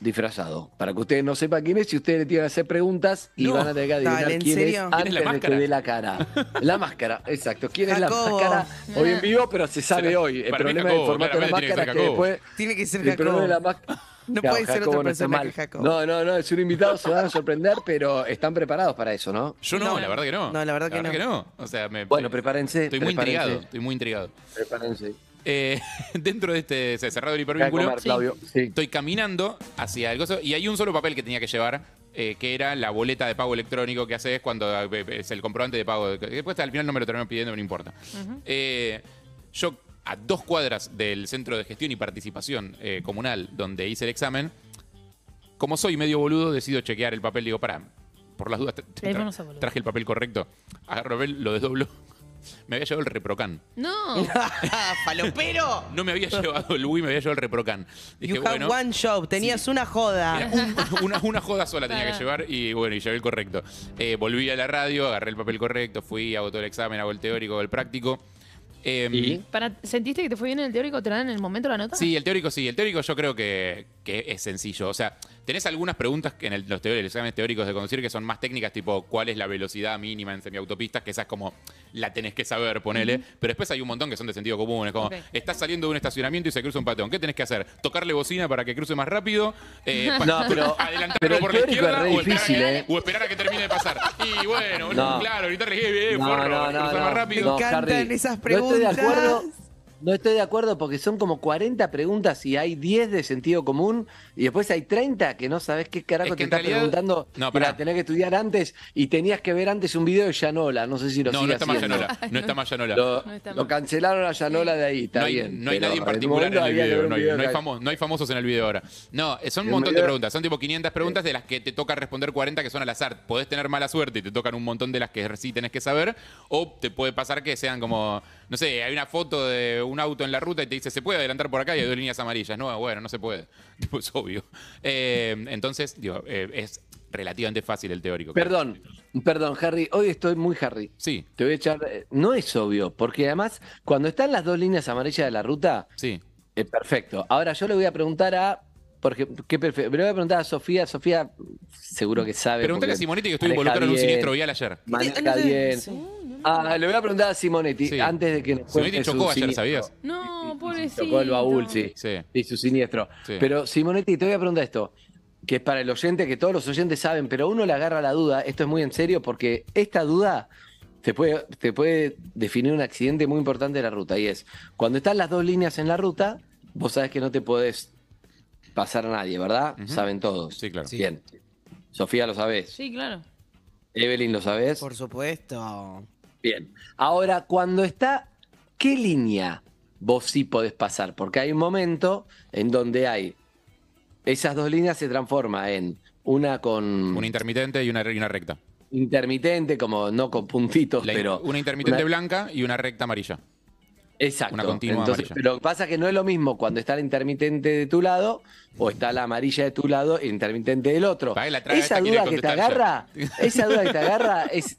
disfrazado. Para que ustedes no sepan quién es, y ustedes le tienen que hacer preguntas y
No.
van a tener que adivinar
Dale, ¿en
quién es
serio?
antes
¿Quién es la
de que
máscara?
dé la cara. La máscara, exacto. ¿Quién
Jacobo. Ah.
es la máscara? Hoy en vivo, pero se sabe
Será-
hoy. El
para mí
problema
Jacobo,
del formato de la
claramente tiene que
máscara
ser
es que
Jacobo.
después
Tiene que ser
el problema de la
Jacob.
máscara.
No puede ser
Jacobo
otra
no está
persona que
mal.
Jacobo.
No, no, no, es un invitado, se van a sorprender, pero están preparados para eso, ¿no?
Yo no, la verdad que no.
No, la verdad que no.
O sea, me-
Bueno, prepárense.
Estoy muy
prepárense,
intrigado. Estoy muy intrigado.
Prepárense.
Eh, dentro de este se ha cerrado el
Voy a
hipervínculo.
comer, Claudio. Sí.
Estoy caminando hacia el gozo y hay un solo papel que tenía que llevar, eh, que era la boleta de pago electrónico que haces cuando eh, es el comprobante de pago. que Después al final no me lo terminaron pidiendo, no importa. Eh, yo a dos cuadras del Centro de Gestión y Participación eh, Comunal, donde hice el examen, como soy medio boludo, decido chequear el papel. Digo, pará, por las dudas, tra-
Teléfono se boludo.
traje el papel correcto. Agarro el papel, lo desdoblo. Me había llevado el reprocan.
No.
¡Palopero!
No me había llevado el Wii, me había llevado el reprocan. Dije,
You have
bueno,
one job. Tenías una joda.
Era un- una, una joda sola tenía
Pará.
que llevar y bueno, y llevé el correcto. Eh, volví a la radio, agarré el papel correcto, fui, hago todo el examen, hago el teórico, hago el práctico. Em,
¿Y?
Para, ¿Sentiste que te fue bien en el teórico? ¿Te dan en el momento la nota?
Sí, el teórico sí. El teórico yo creo que, que es sencillo. O sea, tenés algunas preguntas que en el- los, teóricos, los exámenes teóricos de conducir que son más técnicas, tipo cuál es la velocidad mínima en semiautopistas, que esa es como la tenés que saber, ponele. Pero después hay un montón que son de sentido común. Es como,
Ok.
estás saliendo de un estacionamiento y se cruza un patón. ¿Qué tenés que hacer? ¿Tocarle bocina para que cruce más rápido? Eh, pa-
No, pero-
¿Adelantarlo
pero el
por la
teórico
izquierda?
es re
o, esperar
difícil,
a que,
¿eh?
o esperar a que termine de pasar. Y bueno,
No.
claro, gritarle, eh, eh,
No,
forro,
no, no,
cruza
no.
más rápido.
No,
Me encantan
Harry,
esas
No estoy
preguntas.
de acuerdo. No estoy de acuerdo porque son como 40 preguntas y hay 10 de sentido común y después hay 30 que no sabes qué carajo
Es que
te
en
está
realidad-
preguntando.
No,
y
pará.
la tenés que estudiar antes y tenías que ver antes un video de Yanola. No sé si lo
No,
sigue
no está más
haciendo.
Yanola. No está más Yanola.
Lo,
No está
lo
mal.
cancelaron a Yanola de ahí, está
no hay,
bien.
no
pero
hay nadie en
algún
particular en
momento
el
había que ver
video.
un
No hay,
video
no hay
que-
famo- no hay famosos en el video ahora. No, eh, son
En
un montón de
realidad-
preguntas. Son tipo 500
Eh.
preguntas de las que te toca responder 40 que son al azar. Podés tener mala suerte y te tocan un montón de las que sí tenés que saber. O te puede pasar que sean como, no sé, hay una foto de un auto en la ruta y te dice, ¿se puede adelantar por acá? Y hay dos líneas amarillas. No, bueno, no se puede. Tipo, es obvio. Eh, entonces, digo, eh, es relativamente fácil el teórico.
Perdón, perdón, Harry. Hoy estoy muy Harry.
Sí,
Te voy a echar. eh, No es obvio, porque además, cuando están las dos líneas amarillas de la ruta,
sí.
eh, perfecto. Ahora yo le voy a preguntar a. Porque, ¿qué prefe- Le voy a preguntar a Sofía. Sofía, seguro que sabe.
Preguntale
porque
a Simonetti que estuvo
maneja
involucrado en un
bien,
siniestro vial ayer.
Maneja
Sí,
bien.
sí.
Ah, le voy a preguntar a Simonetti
Sí.
antes de que nos
Simonetti
cuente su
chocó ayer,
siniestro.
¿sabías?
No, pobrecito.
Chocó el baúl, sí.
Sí.
Y su siniestro.
Sí.
Pero Simonetti, te voy a preguntar esto, que es para el oyente, que todos los oyentes saben, pero uno le agarra la duda, esto es muy en serio, porque esta duda te puede, te puede definir un accidente muy importante de la ruta, y es, cuando están las dos líneas en la ruta, vos sabés que no te podés pasar a nadie, ¿verdad?
Ujú.
Saben todos.
Sí, claro.
Bien. Sofía lo sabés.
Sí, claro.
Evelyn lo sabés.
Por supuesto.
Bien. Ahora, cuando está, ¿qué línea vos sí podés pasar? Porque hay un momento en donde hay. Esas dos líneas se transforma en una con
Un intermitente y una, y una recta.
intermitente, como no con puntitos,
La in-
pero.
una intermitente
una-
blanca y una recta amarilla.
Exacto.
una continua
Entonces,
amarilla.
pero lo que pasa es que no es lo mismo cuando está la intermitente de tu lado o está la amarilla de tu lado y el intermitente del otro.
Pagué la traga
Esa
esta, quiere
duda que te
contestar
agarra, esa duda que te agarra es.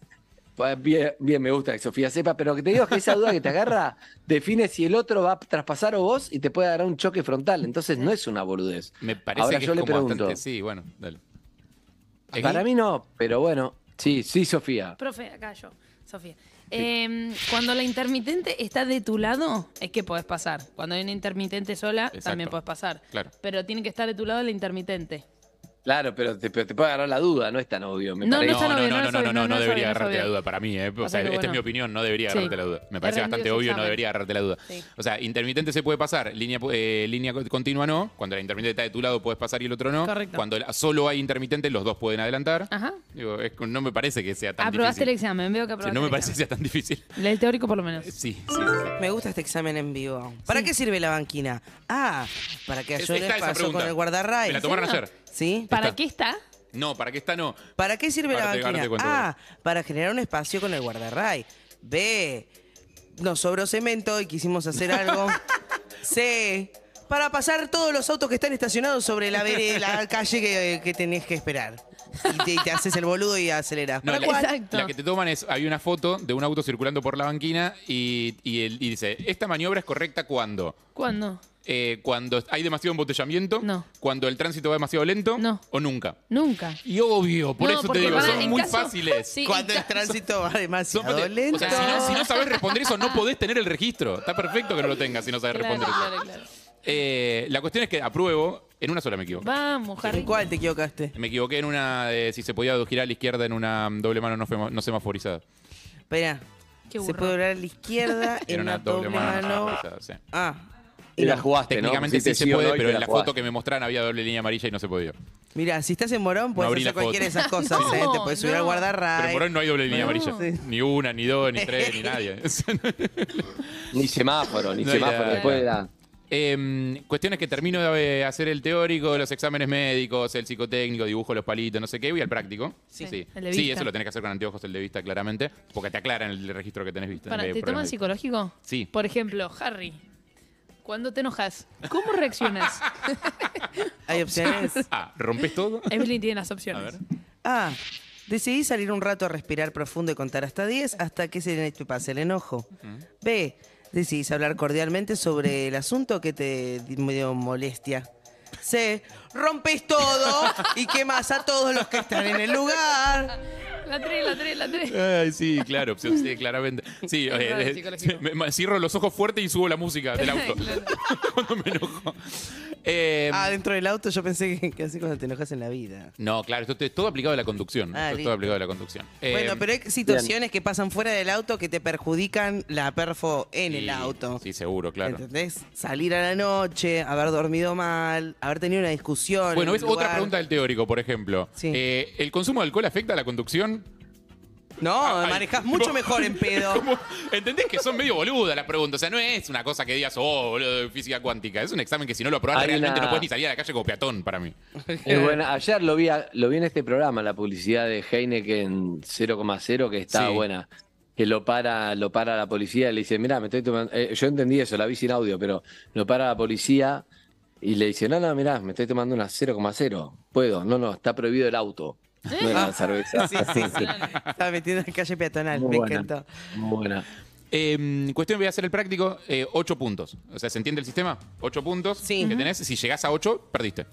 Pues, Bien, bien, me gusta que Sofía sepa, pero que te digo es que esa duda que te agarra define si el otro va a traspasar o vos y te puede agarrar un choque frontal. Entonces no es una boludez.
Me parece
Ahora
que
yo
es
le
como
pregunto. Ah,
bastante. Sí, bueno, dale.
Para mí no, pero bueno. Sí, sí, Sofía.
Profe, acá yo, Sofía. Eh, cuando la intermitente está de tu lado, es que podés pasar. Cuando hay una intermitente sola,
Exacto.
también podés pasar.
Claro.
Pero tiene que estar de tu lado la intermitente.
Claro, pero te, pero te puede agarrar la duda, no es tan obvio, me
No, no
parece.
es tan
no,
obvio,
no,
no
no,
es
no,
obvio,
no, no,
no
no
es obvio,
debería
no es
agarrarte la
obvio.
duda para mí, ¿eh? O sea,
O sea que
esta es mi
bueno.
opinión, no debería
Sí.
agarrarte la duda. Me parece
He rendido
bastante
ese
obvio, no
examen.
debería agarrarte la duda.
Sí.
O sea, intermitente se puede pasar, línea, pu- eh, línea co- continua no. Cuando la intermitente está de tu lado puedes pasar y el otro no.
Correcto.
Cuando la- solo hay intermitente, los dos pueden adelantar.
Ajá.
Digo, es- no me parece que sea tan
Aprobaste el
difícil.
examen, veo que
Sí,
aprobaste.
no me
el
parece que
examen.
sea tan difícil.
El teórico por lo menos.
Sí, sí, sí.
Me gusta este examen en vivo. ¿Para qué sirve la banquina? Ah, para que
Es-
ayude
está esa
pasó con
pregunta.
el
Me la
guardarrayos.
tomaron ayer.
¿Sí?
¿Para
Está.
qué está?
No, ¿para qué está no?
¿Para qué sirve
Ahora te-
la
ahora te
banquina?
cuento,
Ah, para generar un espacio con el guardarray. B, nos sobró cemento y quisimos hacer algo. C, para pasar todos los autos que están estacionados sobre la, vereda- la calle que, que tenés que esperar. Y te, y te haces el boludo y aceleras.
No,
¿Para
la,
cuál?
Exacto.
la que te toman es, hay una foto de un auto circulando por la banquina y, y el- y dice, esta maniobra es correcta cuando...
¿Cuándo?
Eh, cuando hay demasiado embotellamiento,
No.
cuando el tránsito va demasiado lento
No.
o nunca.
Nunca.
Y obvio, por
No,
eso te
porque
digo,
pará,
son
en
muy
caso-
fáciles.
Sí,
Cuando
en
el
ca-
tránsito va
Son
demasiado
pate-
lento.
o sea, si no, si no sabes responder eso, no podés tener el registro. Está perfecto que no lo tengas si no sabes
Claro,
responder eso.
claro, claro.
Eh, la cuestión es que apruebo, en una sola me equivoqué.
Vamos, Harry.
¿En cuál te equivocaste?
Me equivoqué en una de si se podía girar a la izquierda en una mm, doble mano no, fema- no semaforizada.
Espera.
Qué
Se
burro.
puede doblar a la izquierda en
Era
una doble mano.
semaforizada, sí.
Ah,
Y la jugaste, ¿no?
Técnicamente sí
Pusiste
se
sí o
puede,
no y
pero
te
en la
jugaste.
foto que me mostraron había doble línea amarilla y no se podía.
mira, si estás en Morón,
No
puedes
abrí
hacer
la
cualquiera de
foto.
esas cosas.
No,
¿eh? Te puedes subir
no.
al
Pero por hoy
guardarray.
no hay doble línea
No.
amarilla. Ni una, ni dos, ni tres, ni nadie.
Ni semáforo, ni
No, y la-
semáforo. Después de la-
Em, cuestiones que termino de hacer el teórico, los exámenes médicos, el psicotécnico, dibujo los palitos, no sé qué, voy al práctico. Sí, sí.
el de
Sí,
vista.
eso lo tenés que hacer con anteojos, el de vista, claramente, porque te aclaran el registro que tenés vista.
Pará,
en vez de
¿Te toman
problemas de vista.
psicológico?
Sí.
Por ejemplo, Harry, cuando te enojas, ¿cómo reaccionas?
Hay opciones.
Ah, ¿rompes todo?
Evelyn tiene las
A
opciones.
ver.
Ah, decidí salir un rato a respirar profundo y contar hasta 10 hasta que se le te pase el enojo. B, decidís hablar cordialmente sobre el asunto que te di- dio molestia. C, rompes todo y quemas a todos los que están en el lugar.
La 3, la 3, la 3.
Ay, sí, claro, opción sí, claramente. Sí,
Es raro
eh,
el psicológico.
me- me cierro los ojos fuerte y subo la música del auto. cuando me enojo. Em,
Ah, dentro del auto yo pensé que, que así cuando te enojas en la vida.
no, claro, esto es todo aplicado a la conducción.
Ah,
esto es
listo.
todo aplicado a la conducción.
Bueno,
Em,
pero hay situaciones que pasan fuera del auto que te perjudican la perfo en el
sí,
auto.
Sí, seguro, claro.
¿Entendés? Salir a la noche, haber dormido mal, haber tenido una discusión.
Bueno,
en
es
un
otra
lugar.
pregunta del teórico, por ejemplo.
Sí.
Eh, ¿El consumo de alcohol afecta a la conducción?
No,
Ay,
manejás
tipo-
mucho mejor en pedo.
Como- ¿Entendés que son medio boludas las preguntas? O sea, no es una cosa que digas, oh, boludo, física cuántica. Es un examen que si no lo aprobás
Hay
realmente
una-
no puedes ni salir a la calle como peatón para mí.
Eh, bueno, ayer lo vi, a- lo vi en este programa, la publicidad de Heineken 0,0, que está
Sí.
buena. Que lo para, lo para la policía y le dice, mirá, me estoy tomando. eh, yo entendí eso, la vi sin audio, pero lo para la policía y le dice, no, no, mirá, me estoy tomando una 0,0. Puedo, no, no, está prohibido el auto. No era la cerveza.
Ah. Sí, sí, sí. Estaba metiendo en la calle peatonal,
Muy
me
buena.
encantó.
Muy buena.
Eh, cuestión, voy a hacer el práctico, eh, ocho puntos. O sea, ¿se entiende el sistema? Ocho puntos
Sí.
que tenés. Si llegás a ocho, perdiste.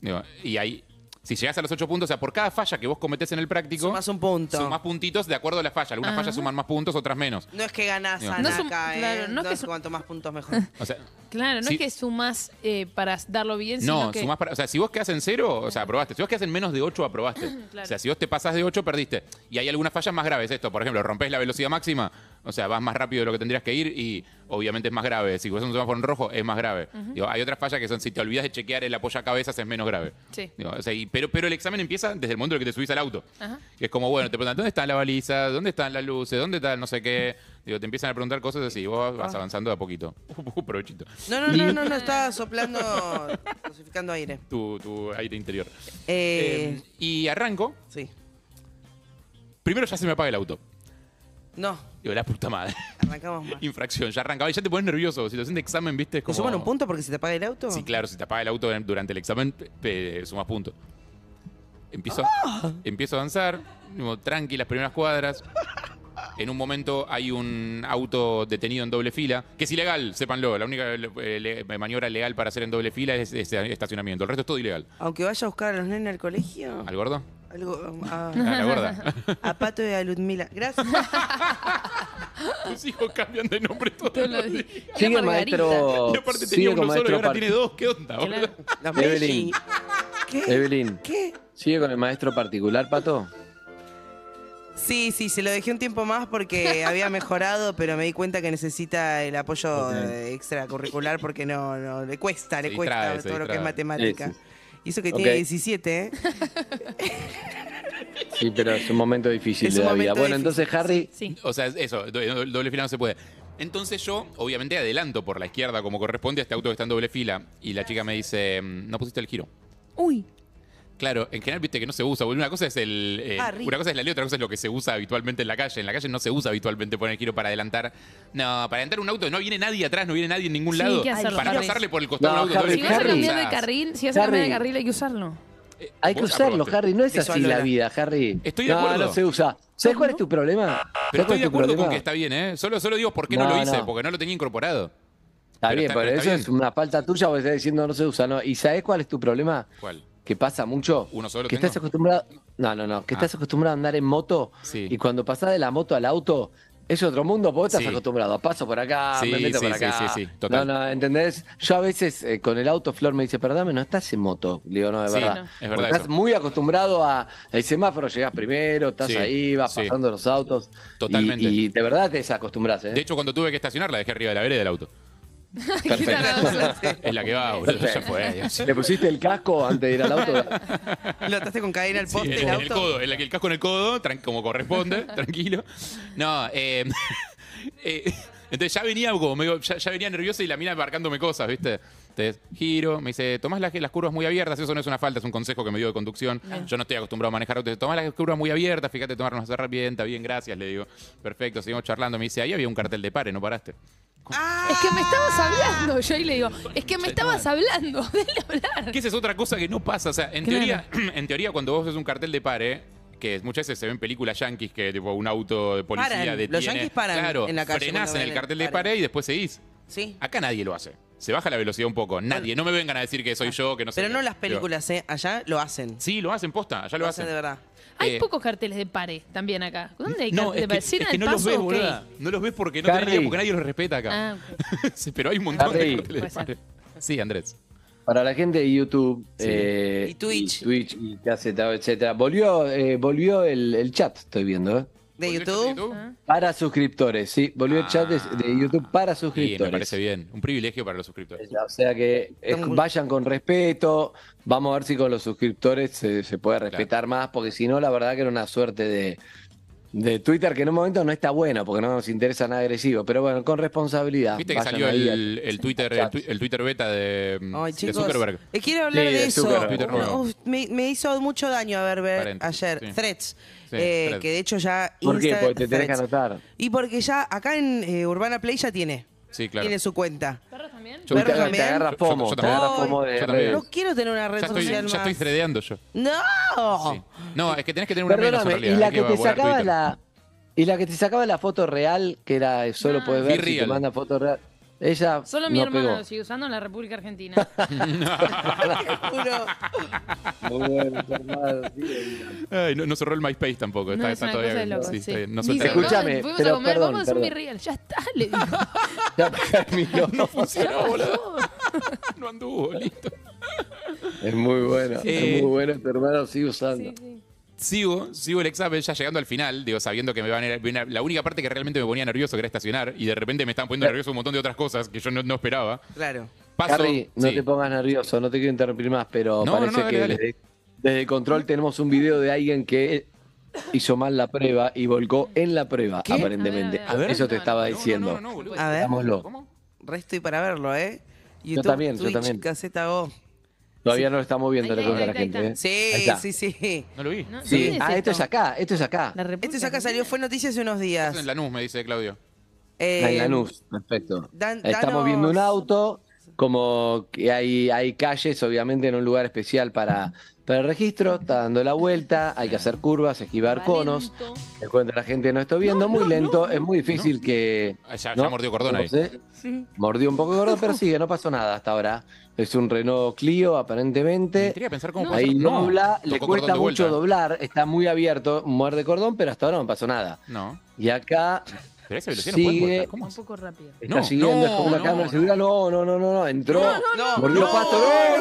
Digo, y ahí, si llegás a los ocho puntos, o sea, por cada falla que vos cometés en el práctico,
Sumás un punto.
sumás puntitos de acuerdo a la falla. Algunas fallas suman más puntos, otras menos.
No es que ganás,
No.
Ana,
No es un-
acá, ¿eh?
claro,
no,
no es que
es
es un-
cuanto más puntos mejor.
O sea,
Claro, no
Sí.
es que sumas eh, para darlo bien,
No,
sino que...
sumás para- O sea, si vos quedás en cero, o sea, aprobaste. Si vos quedás en menos de 8, aprobaste.
Claro.
O sea, si vos te pasás de 8, perdiste. Y hay algunas fallas más graves. Esto, por ejemplo, rompés la velocidad máxima, o sea, vas más rápido de lo que tendrías que ir y obviamente es más grave. Si vos en un semáforo en rojo, es más grave. Digo, hay otras fallas que son si te olvidas de chequear el apoyacabezas, es menos grave.
Sí.
Digo, o sea, y- pero, pero el examen empieza desde el momento en el que te subís al auto.
Ajá.
Que es como, bueno, te preguntan, ¿dónde están las balizas? ¿Dónde están las luces? ¿Dónde está el no sé qué? Digo, te empiezan a preguntar cosas así. Vos vas
Ah.
avanzando de a poquito. Uh, provechito.
No, no, no, no, no, estaba soplando, dosificando aire.
Tu, tu aire interior.
Eh,
Eh, y arranco.
sí.
Primero ya se me apaga el auto.
No,
Digo, la puta madre.
arrancamos más.
Infracción, ya arrancaba. Y ya te pones nervioso. Situación de examen, viste, es
¿Te
como.
suman un punto porque se te apaga el auto?
Sí, claro, si te apaga el auto durante el examen, te- te sumas puntos. Empiezo, empiezo a avanzar, digo, tranqui las primeras cuadras. En un momento hay un auto detenido en doble fila, que es ilegal, sépanlo. La única eh, le- maniobra legal para hacer en doble fila es, es estacionamiento. El este resto es todo ilegal.
Aunque vaya a buscar a los nenes al colegio.
¿Al gordo?
Algo, a,
A la gorda.
a Pato y a Ludmila. Gracias.
Tus hijos cambian de nombre todos
Te lo
los
di-
días.
Sigue
Era
el
Margarita.
maestro.
Y aparte
Sigue
tenía
con
uno solo y
maestro
ahora
par-
tiene dos. ¿Qué onda, boludo?
Claro.
La
Evelyn.
Messi. ¿Qué?
Evelyn,
¿Qué?
¿sigue con el maestro particular, Pato?
Sí, sí, se lo dejé un tiempo más porque había mejorado, pero me di cuenta que necesita el apoyo eh, extracurricular porque no, no le cuesta, le
Se
cuesta
distrae, se
todo lo que es
distrae.
matemática.
Sí,
Y eso que
Ok.
tiene 17, ¿eh?
Sí, pero es un momento difícil
Es
de
un
la vida.
momento
Bueno,
difícil,
entonces, Harry,
Sí.
O sea, es eso, do- do- doble fila no se puede. Entonces yo, obviamente, adelanto por la izquierda como corresponde a este auto que está en doble fila. Y la chica me dice, mm, no pusiste el giro.
Uy.
Claro, en general viste que no se usa. boludo. Una cosa es el, eh,
Ah, rico.
una cosa es la ley, otra cosa es lo que se usa habitualmente en la calle. En la calle no se usa habitualmente poner el giro para adelantar. No, para adelantar un auto no viene nadie atrás, no viene nadie en ningún
Sí,
lado.
hay que hacerlo,
para
Harry.
pasarle por el costado
No,
de un auto. doble
Si
Harry,
vas a
fila,
cambiar de
usás.
carril, si vas a cambiar de
Harry.
carril hay que usarlo.
Eh,
hay que
vos
usarlo,
aprobaste.
Harry. No es así
Visual,
la
Lola.
vida, Harry.
Estoy de
no,
acuerdo. Ah,
no se usa. ¿Sabes cuál es tu problema?
Pero
¿Sabes cuál
estoy
es
de
tu
acuerdo con
problema?
que está bien, ¿eh? Solo, solo digo por qué no,
No,
lo hice,
no.
porque no lo tenía incorporado.
Está
Pero
bien,
está-
pero
pero
eso
está
es
bien.
una falta tuya, vos estás diciendo no se usa, ¿no? ¿Y sabés cuál es tu problema?
¿Cuál?
Que pasa mucho.
¿Uno solo
Que
tengo? Ah.
estás acostumbrado. No, no, no. Que estás acostumbrado a andar en moto.
Sí.
Y cuando pasás de la moto al auto, es otro mundo, porque vos estás
Sí.
acostumbrado. Paso por acá,
Sí,
me meto
sí,
por
sí,
acá.
sí, sí, total.
No, no, ¿entendés? Yo a veces eh, con el auto, Flor me dice, perdame, no estás en moto. Le digo, no, es
Sí,
verdad.
no. Es
Porque
verdad
Estás
eso.
muy acostumbrado a el semáforo, llegás primero, estás
Sí,
ahí, vas
sí.
pasando los autos. Y-
Totalmente.
Y, de verdad te desacostumbrás, ¿eh?
De hecho, cuando tuve que estacionar, la dejé arriba de la vereda del auto.
Qué tarado sos.
Es la que va, boludo. Ya fue. ya. Sí,
¿Le pusiste el casco antes de ir al auto?
Lo ataste con cadena al poste,
en,
el
en el
auto.
codo, en la que el casco en el codo, tran- como corresponde, tranquilo. No, eh, eh, entonces ya venía como medio- ya, ya venía nerviosa y la mina marcándome cosas, ¿viste? Entonces, giro, me dice, tomás las, las curvas muy abiertas, eso no es una falta, es un consejo que me dio de conducción. Yo no estoy acostumbrado a manejar autos. Tomás las curvas muy abiertas, fíjate tomar una herramienta, bien, gracias, le digo. Perfecto, seguimos charlando. Me dice, ahí había un cartel de pare, no paraste.
Es que me estabas hablando. Yo ahí le digo, es que me estabas hablando. Dele hablar.
Que esa es otra cosa que no pasa. O sea, en,
Claro.
teoría, en teoría, cuando vos ves un cartel de pare, que muchas veces se ven películas yanquis que tipo un auto de policía
Paran, los
detiene.
yanquis paran
claro,
en la calle
frenás
cuando
en
ven
el
el
cartel de
pare.
pare y después seguís.
Sí.
Acá nadie lo hace. Se baja la velocidad un poco. Nadie. No me vengan a decir que soy yo, que no sé.
Ah. Pero
qué.
no las
Digo,
películas, ¿eh? Allá lo hacen.
Sí, lo hacen posta, ya lo, hacen.
de verdad.
Hay
Eh,
pocos carteles de pare también acá. ¿Dónde hay
No,
carteles
es que,
de pare? ¿Cena
es que
del
no los
Paso?
ves,
Ok.
boluda. No los ves porque no tenés
Harry.
idea, porque nadie los respeta acá.
Ah, ok.
Sí, Pero hay un montón
Harry.
de carteles
Puede
de
ser.
pare. Sí, Andrés.
Para la gente de YouTube eh,
Y Twitch.
y Twitch y qué hace, etcétera, etcétera. Volvió, eh, volvió el, el chat, estoy viendo. ¿eh?
¿Volvió
De
el
YouTube.
chat de YouTube?
Para suscriptores, sí. Volvió el chat de, de YouTube para
Sí,
suscriptores.
Ah, me parece bien. Un privilegio para los suscriptores.
O sea que eh,
Estamos-
vayan con respeto. Vamos a ver si con los suscriptores se, se puede respetar más, porque si no, la verdad que era una suerte de, de Twitter que en un momento no está bueno, porque no nos interesa nada agresivo. Pero bueno, con responsabilidad.
Viste que
vayan
salió
ahí
el,
al-
el Twitter, el,
chat.
tu- el Twitter beta de,
Ay,
de
chicos.
Zuckerberg.
eh, quiero hablar
Sí,
de
de
eso.
Zuckerberg.
Twitter nuevo.
Uf, me, me hizo mucho daño haber ver
Parent-
ayer
sí.
Threads.
Sí,
eh,
Threads.
Que de hecho ya.
¿Por qué?
Insta-
Porque te tenés que
Threads.
anotar.
Y porque ya acá en eh, Urbana Play ya tiene.
Sí, claro.
Tiene su cuenta.
¿Perros también?
Yo-
Y
Perro
te,
también.
te agarra
Yo-
FOMO,
yo
te
también.
agarra FOMO de
Yo también.
redes.
No quiero tener una red
Ya estoy,
social
ya
más. Oh.
estoy threadeando yo.
¡No!
Sí. No, es que tenés que tener una menos en
Perdóname,
realidad.
y la
hay
que te
evaluar
sacaba
Twitter.
la y la que te sacaba la foto real, que era eh, solo
No.
puedes ver
Be
si te
real.
manda foto real. Ella
Ah. Solo mi
no
hermana
pegó.
lo sigue usando en la República Argentina.
Te juro.
Muy bueno, tu hermana, sí, bien.
Ay, no, no cerró el MySpace tampoco. Está,
no, es
está
una
todavía.
cosa de loco, sí.
sí, está bien. No
Dice,
suelta
Escucha- Escúchame,
nada.
"Vamos, fuimos
pero
a comer,
perdón,
vamos a hacer
perdón.
mi real. Ya está, le digo.
Ya terminó.
No funcionó, boludo. No anduvo, listo.
Es muy bueno,
Eh.
es muy bueno, tu hermano sigue usando.
Sí, sí.
Sigo, sigo el examen, ya llegando al final, digo, sabiendo que me van a ir. viene- La única parte que realmente me ponía nervioso que era estacionar, y de repente me estaban poniendo nervioso un montón de otras cosas que yo no, no esperaba.
Claro.
Paso.
Harry, no
sí.
te pongas nervioso, no te quiero interrumpir más, pero
No, no,
parece
no, dale,
que
dale.
Desde, desde control tenemos un video de alguien que hizo mal la prueba y volcó en la prueba,
¿Qué?
aparentemente.
A ver, a ver.
Eso te
No,
estaba
no, no,
diciendo.
No, no, no, boludo.
A ver.
Veámoslo.
¿Cómo?
Resto y para verlo, ¿eh?
también, yo
Twitch,
también.
Caseta O.
Todavía no lo estamos viendo,
Ahí,
le
ahí,
cuento a la
ahí, ahí
gente.
está.
¿eh?
Sí,
Ahí está.
sí, sí.
No lo vi.
No,
Sí.
¿dónde
Ah, esto es acá, esto es acá.
La República
Este es acá salió, fue noticias hace unos días.
Esto es en Lanús, me dice Claudio.
Eh,
Ah, en Lanús, perfecto.
dan-
Estamos
danos-
viendo un auto como que hay, hay calles, obviamente en un lugar especial para, para el registro, está dando la vuelta, hay que hacer curvas, esquivar conos,
Lento.
encuentra la gente no estoy viendo, muy lento, es muy difícil que...
Ah, Ya, ya
¿no?
mordió cordón
No
ahí.
sé,
Sí.
mordió un poco de cordón, pero sigue, no pasó nada hasta ahora. Es un Renault Clio,
Me
aparentemente.
intriga pensar cómo puede
Ahí
ser- no,
dobla,
tocó
le
cordón
cuesta
de
mucho
vuelta.
doblar, está muy abierto, muerde cordón, pero hasta ahora no pasó nada.
No,
Y acá
pero a esa velocidad no puede
Sigue.
volver. ¿Cómo
Un
es?
poco rápido.
está
No,
siguiendo, es como una
no,
cámara
no.
de seguridad. No, no, no, no, no, entró.
No,
Mordió
no,
pasto, no, no,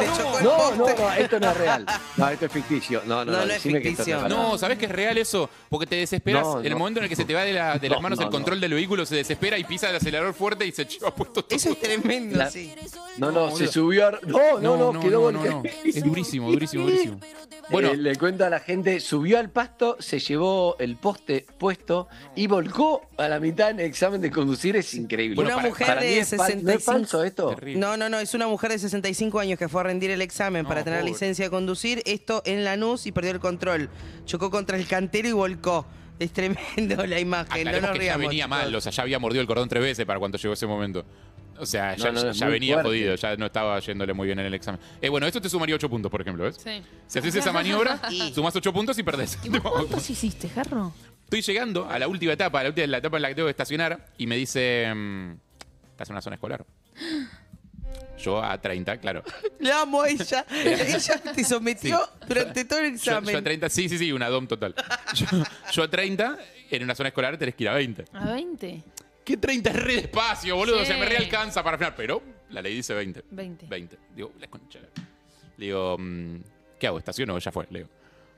le chocó el
no, no,
poste.
no, esto no es real. No, esto es ficticio. No, no,
No,
no,
no es
decime que esto
ficticio.
no es verdad.
No, ¿sabes que es real eso? Porque te desesperas.
No,
el
no.
momento en el que se te va de, la- de las
No,
manos
no,
el control del vehículo, se desespera y pisa el acelerador fuerte y se lleva puesto todo.
Eso es tremendo,
La-
sí.
No, no, se
boludo.
subió. ar- No, no, no, quedó
no, no.
golpeado.
Es durísimo, durísimo, durísimo. Bueno,
Bueno, Eh, le cuento a la gente, subió al pasto, se llevó el poste puesto y volcó a la mitad en el examen de conducir. Es increíble.
Bueno,
Una
para-
mujer
Para mí
de
es fal- ¿No
65.
es falso esto?
terrible.
No, no, no, es una mujer de 65 años que fue a rendir el examen
No,
para tener
pobre.
licencia de conducir, esto en Lanús y perdió el control. Chocó contra el cantero y volcó. Es tremendo la imagen, no
aclaremos
nos
que ya
riamos,
venía
chicos.
mal, o sea, ya había mordido el cordón tres veces para cuando llegó ese momento. O sea, ya,
No, no, es
ya
muy
venía
fuerte.
jodido, ya no estaba yéndole muy bien en el examen. Eh, bueno, esto te sumaría 8 puntos, por ejemplo, ¿ves?
Sí.
Si haces esa maniobra, sumás 8 puntos y perdés.
¿Y vos cuántos hiciste, Jarro?
Estoy llegando a la última etapa, a la última la etapa en la que tengo que estacionar y me dice, mm, estás en una zona escolar. Yo a 30, claro.
La amo a ella. ella te sometió durante todo el
Yo,
examen.
yo a 30, sí, sí, sí, una DOM total. Yo, yo a 30, en una zona escolar tenés que ir a 20.
¿A 20?
¿Qué 30 es re despacio, boludo?
Sí.
Se me re alcanza para frenar, pero la ley dice 20.
20.
20. Digo, la concha. Le digo, mm, ¿qué hago? ¿Estaciono? Ya fue, le digo.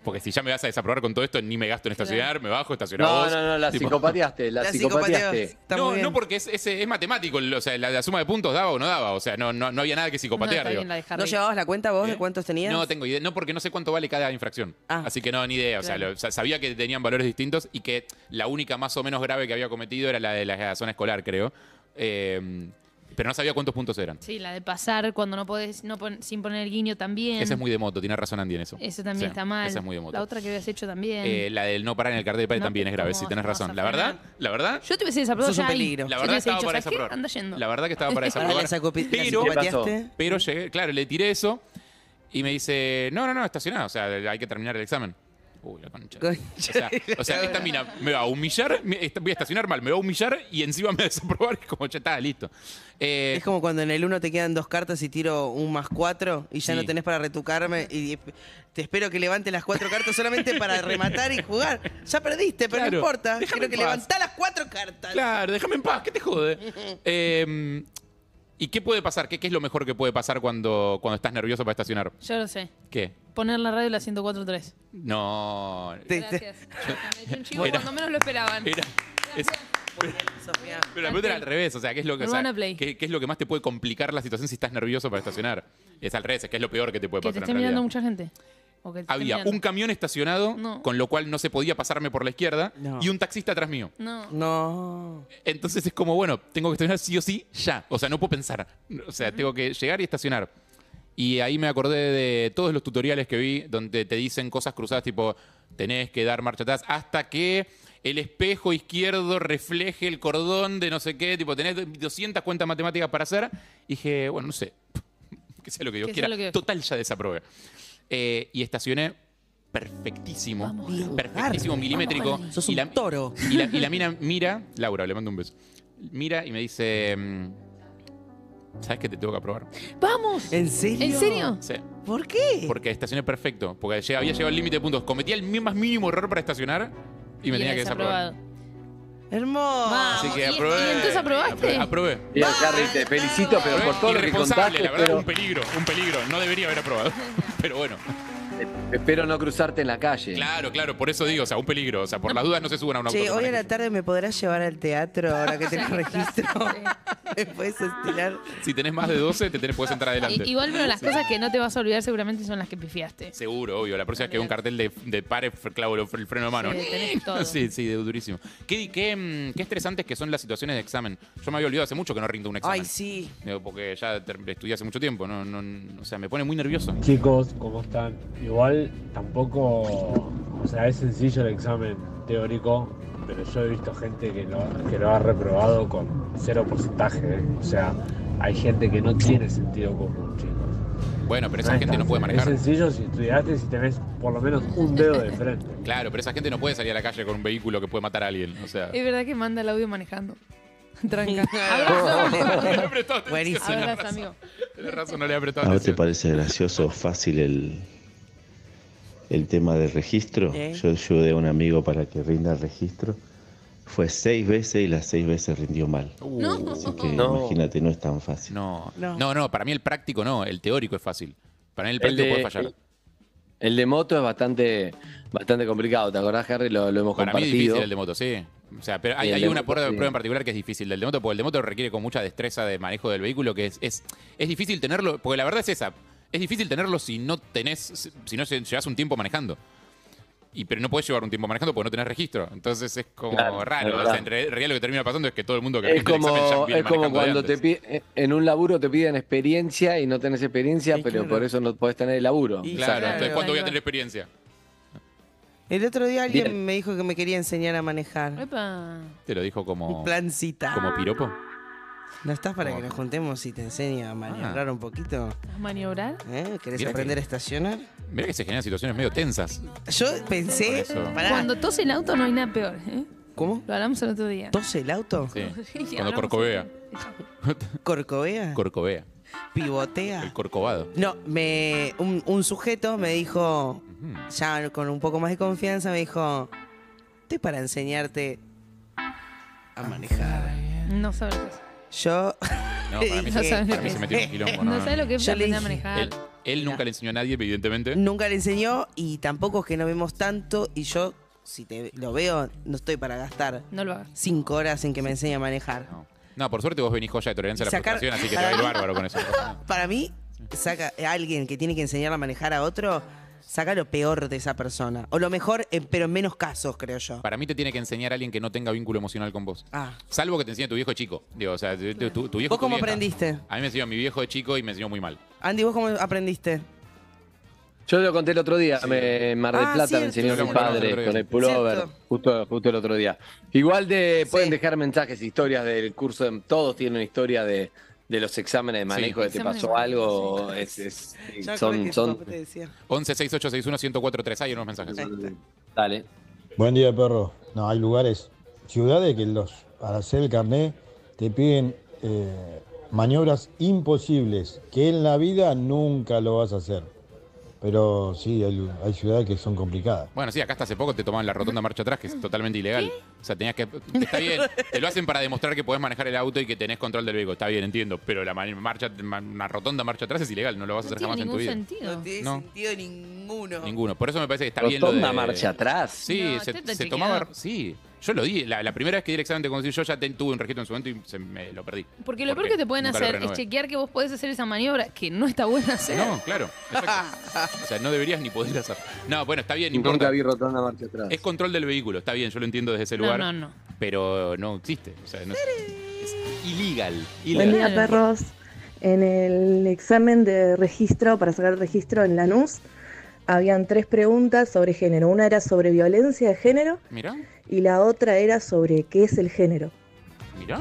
Porque si ya me vas a desaprobar con todo esto, ni me gasto en estacionar, me bajo, estaciono
No,
vos.
no, no, la
Tipo,
psicopateaste, la,
La
psicopateaste.
psicopatía está muy
no,
bien.
no, porque es, es- es matemático. el- O sea, la, la suma de puntos daba o no daba. O sea, no, no, no había nada que psicopatear.
no, está
digo.
bien la de Harry.
¿No llevabas la cuenta vos de
¿Eh?
cuántos tenías?
No tengo idea. No, porque no sé cuánto vale cada infracción.
Ah.
Así que no, ni idea. O sea,
Claro.
lo- sa- sabía que tenían valores distintos y que la única más o menos grave que había cometido era la de la zona escolar, creo. Eh, pero no sabía cuántos puntos eran.
Sí, la de pasar cuando no podés, no pon- sin poner el guiño también.
Esa es muy de moto, tiene razón Andy en eso.
Eso también
Sí,
está mal.
Esa es muy de moto.
La otra que habías hecho también.
Eh, la del no parar en el cartel de pared
No,
también es grave,
¿cómo
sí, tenés
vas a
razón. La verdad,
frenar?
la verdad,
Yo te hubiese desaprobado
Sos un
ya ahí.
la
peligro.
Yo te
verdad
hubiese
estaba
dicho,
para
"¿Sabes qué?
desaprobar.
Anda yendo.
La verdad que estaba para
Ahora Ah, la,
desaprobar.
sacopi- la
Pero-
psicopateaste.
Pero llegué, claro, le tiré eso y me dice, no, no, no, estacioná, o sea, hay que terminar el examen. Uy, la concha.
Concha
O sea, o sea, esta mina me va a humillar, me- esta- voy a estacionar mal, me va a humillar y encima me va a desaprobar. Es como, ya está, listo. Eh,
Es como cuando en el 1 te quedan dos cartas y tiro un más cuatro y ya
Sí.
no tenés para retucarme y te espero que levante las cuatro cartas solamente para rematar y jugar. Ya perdiste, pero
Claro.
no importa.
Déjame
Quiero
en
que
paz.
levantá las cuatro cartas.
Claro, déjame en paz, ¿qué te jode? Eh, ¿Y qué puede pasar? ¿Qué, qué es lo mejor que puede pasar cuando, cuando estás nervioso para estacionar?
Yo lo sé.
¿Qué?
Poner la radio la 104.3.
No.
Te- te-
Gracias. Me metí un chivo
Era-
cuando menos lo esperaban.
Era- es-
Sofía.
pero la pregunta era al revés, o sea, ¿qué es lo que o sea,
Urbana Play.
¿qué, qué es lo que más te puede complicar la situación si estás nervioso para estacionar? Es al revés, es que es lo peor que te puede
Que
pasar
te esté
en realidad.
mirando mucha gente. O que te esté
Había
mirando.
un camión estacionado,
No.
con lo cual no se podía pasarme por la izquierda,
No.
y un taxista atrás mío.
No.
No.
Entonces es como, bueno, tengo que estacionar sí o sí ya. O sea, no puedo pensar. O sea, tengo que llegar y estacionar. Y ahí me acordé de todos los tutoriales que vi donde te dicen cosas cruzadas tipo, tenés que dar marcha atrás hasta que el espejo izquierdo refleje el cordón de no sé qué, tipo, tenés 200 cuentas matemáticas para hacer. Y dije, bueno, no sé, que sea lo que Dios
Que sea
quiera.
lo que-
Total, ya desaprobé. Eh, y estacioné perfectísimo,
Diego,
perfectísimo,
Harry,
milimétrico.
vamos, sos
y
un
la-
toro.
y la, y la mina mira, Laura, le mando un beso. Mira y me dice, mm, ¿sabes que te tengo que aprobar?
¡Vamos!
¿En serio?
¿En serio?
Sí,
Eh.
¿Por qué?
porque estacioné perfecto, porque llega- había llegado al límite de puntos. Cometía el mi- más mínimo error para estacionar y me tenía que desaprobar.
Hermoso.
Vamos.
Así
¿Y-
que
y
aprobé.
entonces aprobaste?
Aprobé. aprobé.
Bien, Harry, te felicito, pero por todo lo que
Irresponsable,
contaste,
la verdad,
pero
un peligro, un peligro. No debería haber aprobado. Pero bueno,
espero no cruzarte en la calle.
claro, claro, por eso digo, o sea, un peligro. O sea, por las dudas no se suban a una
Che, hoy a la tarde me podrás llevar al teatro ahora que tenés registro. ¿Me puedes estirar?
Si tenés más de 12, te tenés, puedes entrar adelante.
I- Igual, pero las cosas que no te vas a olvidar seguramente son las que pifiaste.
Seguro, obvio. La próxima vez que veo un cartel de, de pare, fre- clavo el freno de mano.
Sí, tenés todo.
Sí, sí, de- durísimo. ¿Qué, qué, mm, qué estresantes que son las situaciones de examen. Yo me había olvidado hace mucho que no rindo un examen.
Ay, sí.
Digo, Porque ya ter- estudié hace mucho tiempo. No, no, o sea, me pone muy nervioso.
Chicos, ¿cómo están? Igual tampoco, o sea, es sencillo el examen teórico, pero yo he visto gente que lo, que lo ha reprobado con cero porcentaje, ¿eh? o sea, hay gente que no tiene sentido común, chicos.
Bueno, pero
No
esa
es
gente
tan
no puede
sencillo.
manejar.
Es sencillo si estudiaste, si tenés por lo menos un dedo de frente.
Claro, pero esa gente no puede salir a la calle con un vehículo que puede matar a alguien. O sea.
Es verdad que manda el audio manejando. Tranca.
Oh,
No
Abrazo.
le he prestado atención,
Buenísimo.
tenés
Abrazo,
razón.
amigo.
Tenés razón, no le he prestado
¿A vos te
atención.
parece gracioso, fácil el, el tema del registro?
¿Eh?
Yo ayudé a un amigo para que rinda el registro. Fue seis veces y las seis veces rindió mal.
Uh,
Así que
No.
imagínate, no es tan fácil.
no. no,
No.
no, para mí el práctico no, el teórico es fácil. Para mí el
El
práctico
de-
puede fallar.
El de moto es bastante, bastante complicado, ¿te acordás, Harry? Lo, lo hemos
Para mí es
compartido.
difícil el de moto, sí. O sea, pero hay,
Y el
hay
de
una
moto,
prueba,
sí.
prueba en particular que es difícil del de moto, porque el de moto requiere con mucha destreza de manejo del vehículo, que es, es, es difícil tenerlo, porque la verdad es esa, es difícil tenerlo si no tenés, si no se- llevas un tiempo manejando. Y, pero no puedes llevar un tiempo manejando porque no tenés registro. Entonces es como
Claro, es
raro. O
verdad.
sea, en re- realidad lo que termina pasando es que todo el mundo que
Es
rinde el examen ya
como,
viene
es como
manejando de
cuando te
antes.
pi- en un laburo te piden experiencia y no tenés experiencia,
Y
pero
claro.
por eso no podés tener el laburo.
Y-
Claro,
Claro,
entonces ¿cuándo
ahí
voy a
va.
tener experiencia?
El otro día alguien
Bien.
me dijo que me quería enseñar a manejar.
Epa.
Te lo dijo como,
Un plancita.
como piropo.
¿No estás para
Oh. ¿Cómo? Ah.
que nos juntemos y te enseñe a maniobrar un poquito?
¿Vas a maniobrar?
¿Eh? ¿Querés
Mira que-
aprender a estacionar?
Mirá que se generan situaciones medio tensas.
Yo pensé.
Por eso.
Pará.
Cuando tose el auto no hay nada peor. ¿eh?
¿Cómo?
Lo hablamos el otro día.
¿Tose el auto?
Sí.
Y
Cuando
hablamos-
corcovea.
¿Corcovea?
Corcovea. El
¿Pivotea?
corcovado.
No, me, un, un sujeto me dijo,
Ujú.
ya con un poco más de confianza, me dijo: Estoy para enseñarte a manejar.
No sabes lo que es.
Yo.
No, para mí,
No
se-
sabes lo
para mí
que
se
es.
metió en un quilombo.
Eh, No sabes lo que es
Yo le
aprender a
dije-
manejar.
Él, él nunca le enseñó a nadie, evidentemente.
Nunca le enseñó y tampoco es que no vimos tanto. Y yo, si te lo veo, no estoy para gastar
No lo hagas.
cinco horas en que me enseñe a manejar.
No. No, por suerte vos venís joya de tolerancia a la
Sacar-
frustración, así que te va a ir bárbaro con eso.
Para mí, saca a alguien que tiene que enseñar a manejar a otro, saca lo peor de esa persona. O lo mejor, eh, pero en menos casos, creo yo.
Para mí te tiene que enseñar a alguien que no tenga vínculo emocional con vos.
Ah.
Salvo que te enseñe tu viejo chico. Digo, o sea, tu, tu- tu viejo
¿Vos
tu
cómo
vieja.
aprendiste?
A mí me enseñó mi viejo de chico y me enseñó muy mal.
Andy, ¿vos cómo aprendiste?
Yo lo conté el otro día, me, en Mar del
Ah,
Plata me
cierto,
enseñó
cierto.
mi
Lo contamos el
padre
otro día,
con el
sí.
pullover,
Cierto.
justo, justo el otro día. Igual de,
Sí.
pueden dejar mensajes, historias del curso, de- todos tienen una historia de, de los exámenes de manejo,
Sí.
que te
Examen de
pasó
manejo,
algo,
sí.
es- es-
Ya me acordé
son,
que
son,
tu papá te decía.
11 6861 1043 hay unos mensajes.
Ahí está.
dale.
Buen día, perro. No, hay lugares, ciudades que los, para hacer el carnet te piden eh, maniobras imposibles, que en la vida nunca lo vas a hacer. Pero sí, hay, lu- hay ciudades que son complicadas.
Bueno, sí, acá hasta hace poco te tomaban la rotonda marcha atrás, que es totalmente ilegal. O sea, tenías que. Está bien, te lo hacen para demostrar que podés manejar el auto y que tenés control del vehículo. Está bien, entiendo. Pero la man- marcha, ma- una rotonda marcha atrás es ilegal, no lo vas a
No
hacer
tiene
jamás en tu
ningún
vida.
sentido.
No tiene
No.
sentido ninguno.
Ninguno. Por eso me parece que está bien lo
Rotonda
de-
marcha atrás.
Sí,
No,
se,
usted está
se
chequeado.
tomaba. Sí, yo lo di. La, la primera vez que di el examen de conducir, yo ya te- tuve un registro en su momento y se me lo perdí.
Porque lo
¿Por
peor
qué?
que te pueden
Nunca lo
hacer es
renové.
chequear que vos podés hacer esa maniobra que no está buena hacer.
No, claro. exacto. o sea, no deberías ni poder hacer. No, bueno, está bien, no
Nunca
importa.
vi rotonda marcha atrás.
Es control del vehículo, está bien, yo lo entiendo desde ese
No,
lugar.
no, no.
Pero no existe. O sea, no, es ilegal.
Buen
ilegal.
día,
perros. En el examen de registro, para sacar registro en Lanús, habían tres preguntas sobre género. Una era sobre violencia de género
Mirá,
y la otra era sobre qué es el género.
mirá,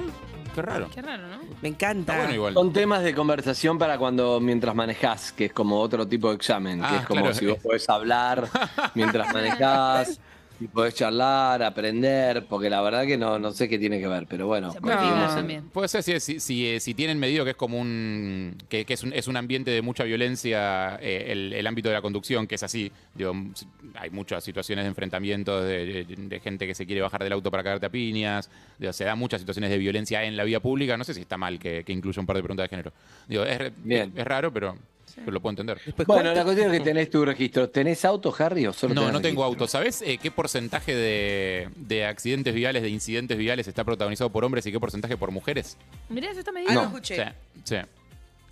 qué raro.
Qué raro, ¿no?
Me encanta.
Está bueno igual.
Son temas de conversación para cuando mientras manejás, que es como otro tipo de examen, que
Ah,
es como
claro.
si vos podés hablar mientras manejás y podés charlar, aprender, porque la verdad que no, no sé qué tiene que ver, pero bueno.
Se puede
continuemos
fijar
en-
también.
Puede ser si, si, si, eh, si tienen medido que es como un. que, que es, un, es un ambiente de mucha violencia eh, el, el ámbito de la conducción, que es así. Digo, m- si- hay muchas situaciones de enfrentamientos de, de- de gente que se quiere bajar del auto para cagarte a piñas. Digo, se dan muchas situaciones de violencia en la vía pública. No sé si está mal que, que incluya un par de preguntas de género. Digo, es, re-
Bien.
es raro, pero, pero lo puedo entender.
Después,
Bueno,
¿cuánto-
la cuestión es que tenés tu registro. ¿Tenés auto, Harry, o solo
Pues, No,
tenés
no tengo
registro?
auto. ¿Sabes qué porcentaje de, de accidentes viales, de incidentes viales está protagonizado por hombres y qué porcentaje por mujeres?
Mirá, eso está
Ah,
medido.
no,
No.
escuché.
Sí, sí.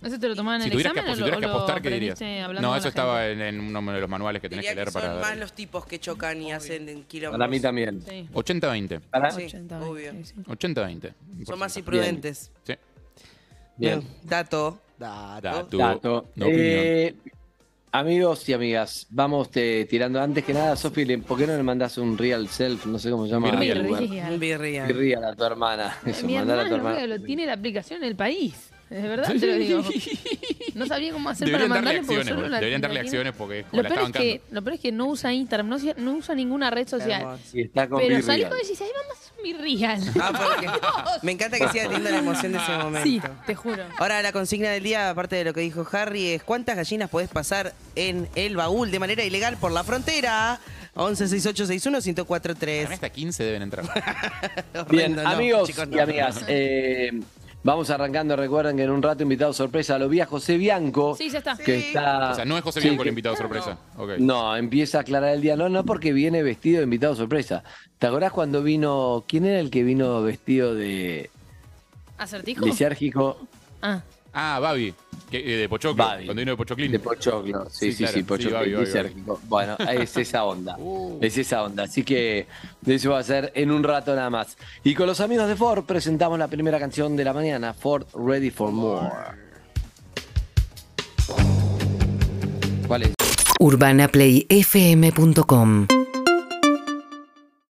¿Eso te lo tomaban
Si
en el
tuvieras, que,
examen
si
o lo-
tuvieras que
o lo
apostar, ¿qué dirías?
aprendiste hablando
No,
con
eso
la
estaba en, en uno de los manuales que tenés
Diría
que leer
son
para...
más los tipos que chocan y hacen en kilómetros.
Para mí también.
gente? Sí.
80-20.
Para-
Sí,
80,
obvio.
sí, sí.
80-20.
Son más
Porcentaje.
imprudentes.
Sí.
Bien.
Bien. Dato. Dato.
Dato.
Dato.
No
Eh, amigos y amigas, vamos eh, tirando. Antes que nada, Sofi, le- ¿por qué no le mandás un real self? No sé cómo se llama.
Un
Real,
Bueno,
real.
Un birria.
un real a tu hermana. Eso,
Mi
mandala a tu
hermano
hermana.
boludo, lo tiene la aplicación en el país. De verdad te lo digo. No sabía cómo hacer
Deberían
para
darle
mandarle porque
acciones,
solo la-
deberían
la
darle
tiene.
acciones porque es como
Lo
la
peor,
está
es que, lo peor es que no usa Instagram, no, usa- no usa ninguna red social.
Y está con
Pero
Be
salí
Real.
con y decís, ahí vamos a hacer mi real.
Ah, Me encanta que siga teniendo la emoción de ese Ah, momento.
Sí, te juro.
Ahora la consigna del día, aparte de lo que dijo Harry, es ¿cuántas gallinas podés pasar en el baúl de manera ilegal por la frontera? 11 6861 1043
hasta 15 deben entrar.
Bien,
Horrendo, no,
amigos
chicos, no.
y amigas, eh, vamos arrancando. Recuerden que en un rato invitado sorpresa lo vi a José Bianco.
Sí, ya está.
Que está,
O sea, no es José
Sí,
Bianco el
que-
invitado sorpresa. Ok.
No, empieza a aclarar el día. No, no, porque viene vestido de invitado sorpresa. ¿Te acordás cuando vino. ¿Quién era el que vino vestido de
¿Acertijo?
lisérgico?
Ah.
Ah, Babi, que, eh, de Pochoclo. Cuando vino de Pochoclín. De
Pochoclo, Sí, sí, sí, Pocho
Babi,
Pili,
Babi, Babi.
Sergio. Bueno, es esa onda. Es esa onda. Así que de eso va a ser en un rato nada más. Y con los amigos de Ford presentamos la primera canción de la mañana, Ford Ready for More. ¿Cuál es?
UrbanaPlayFM.com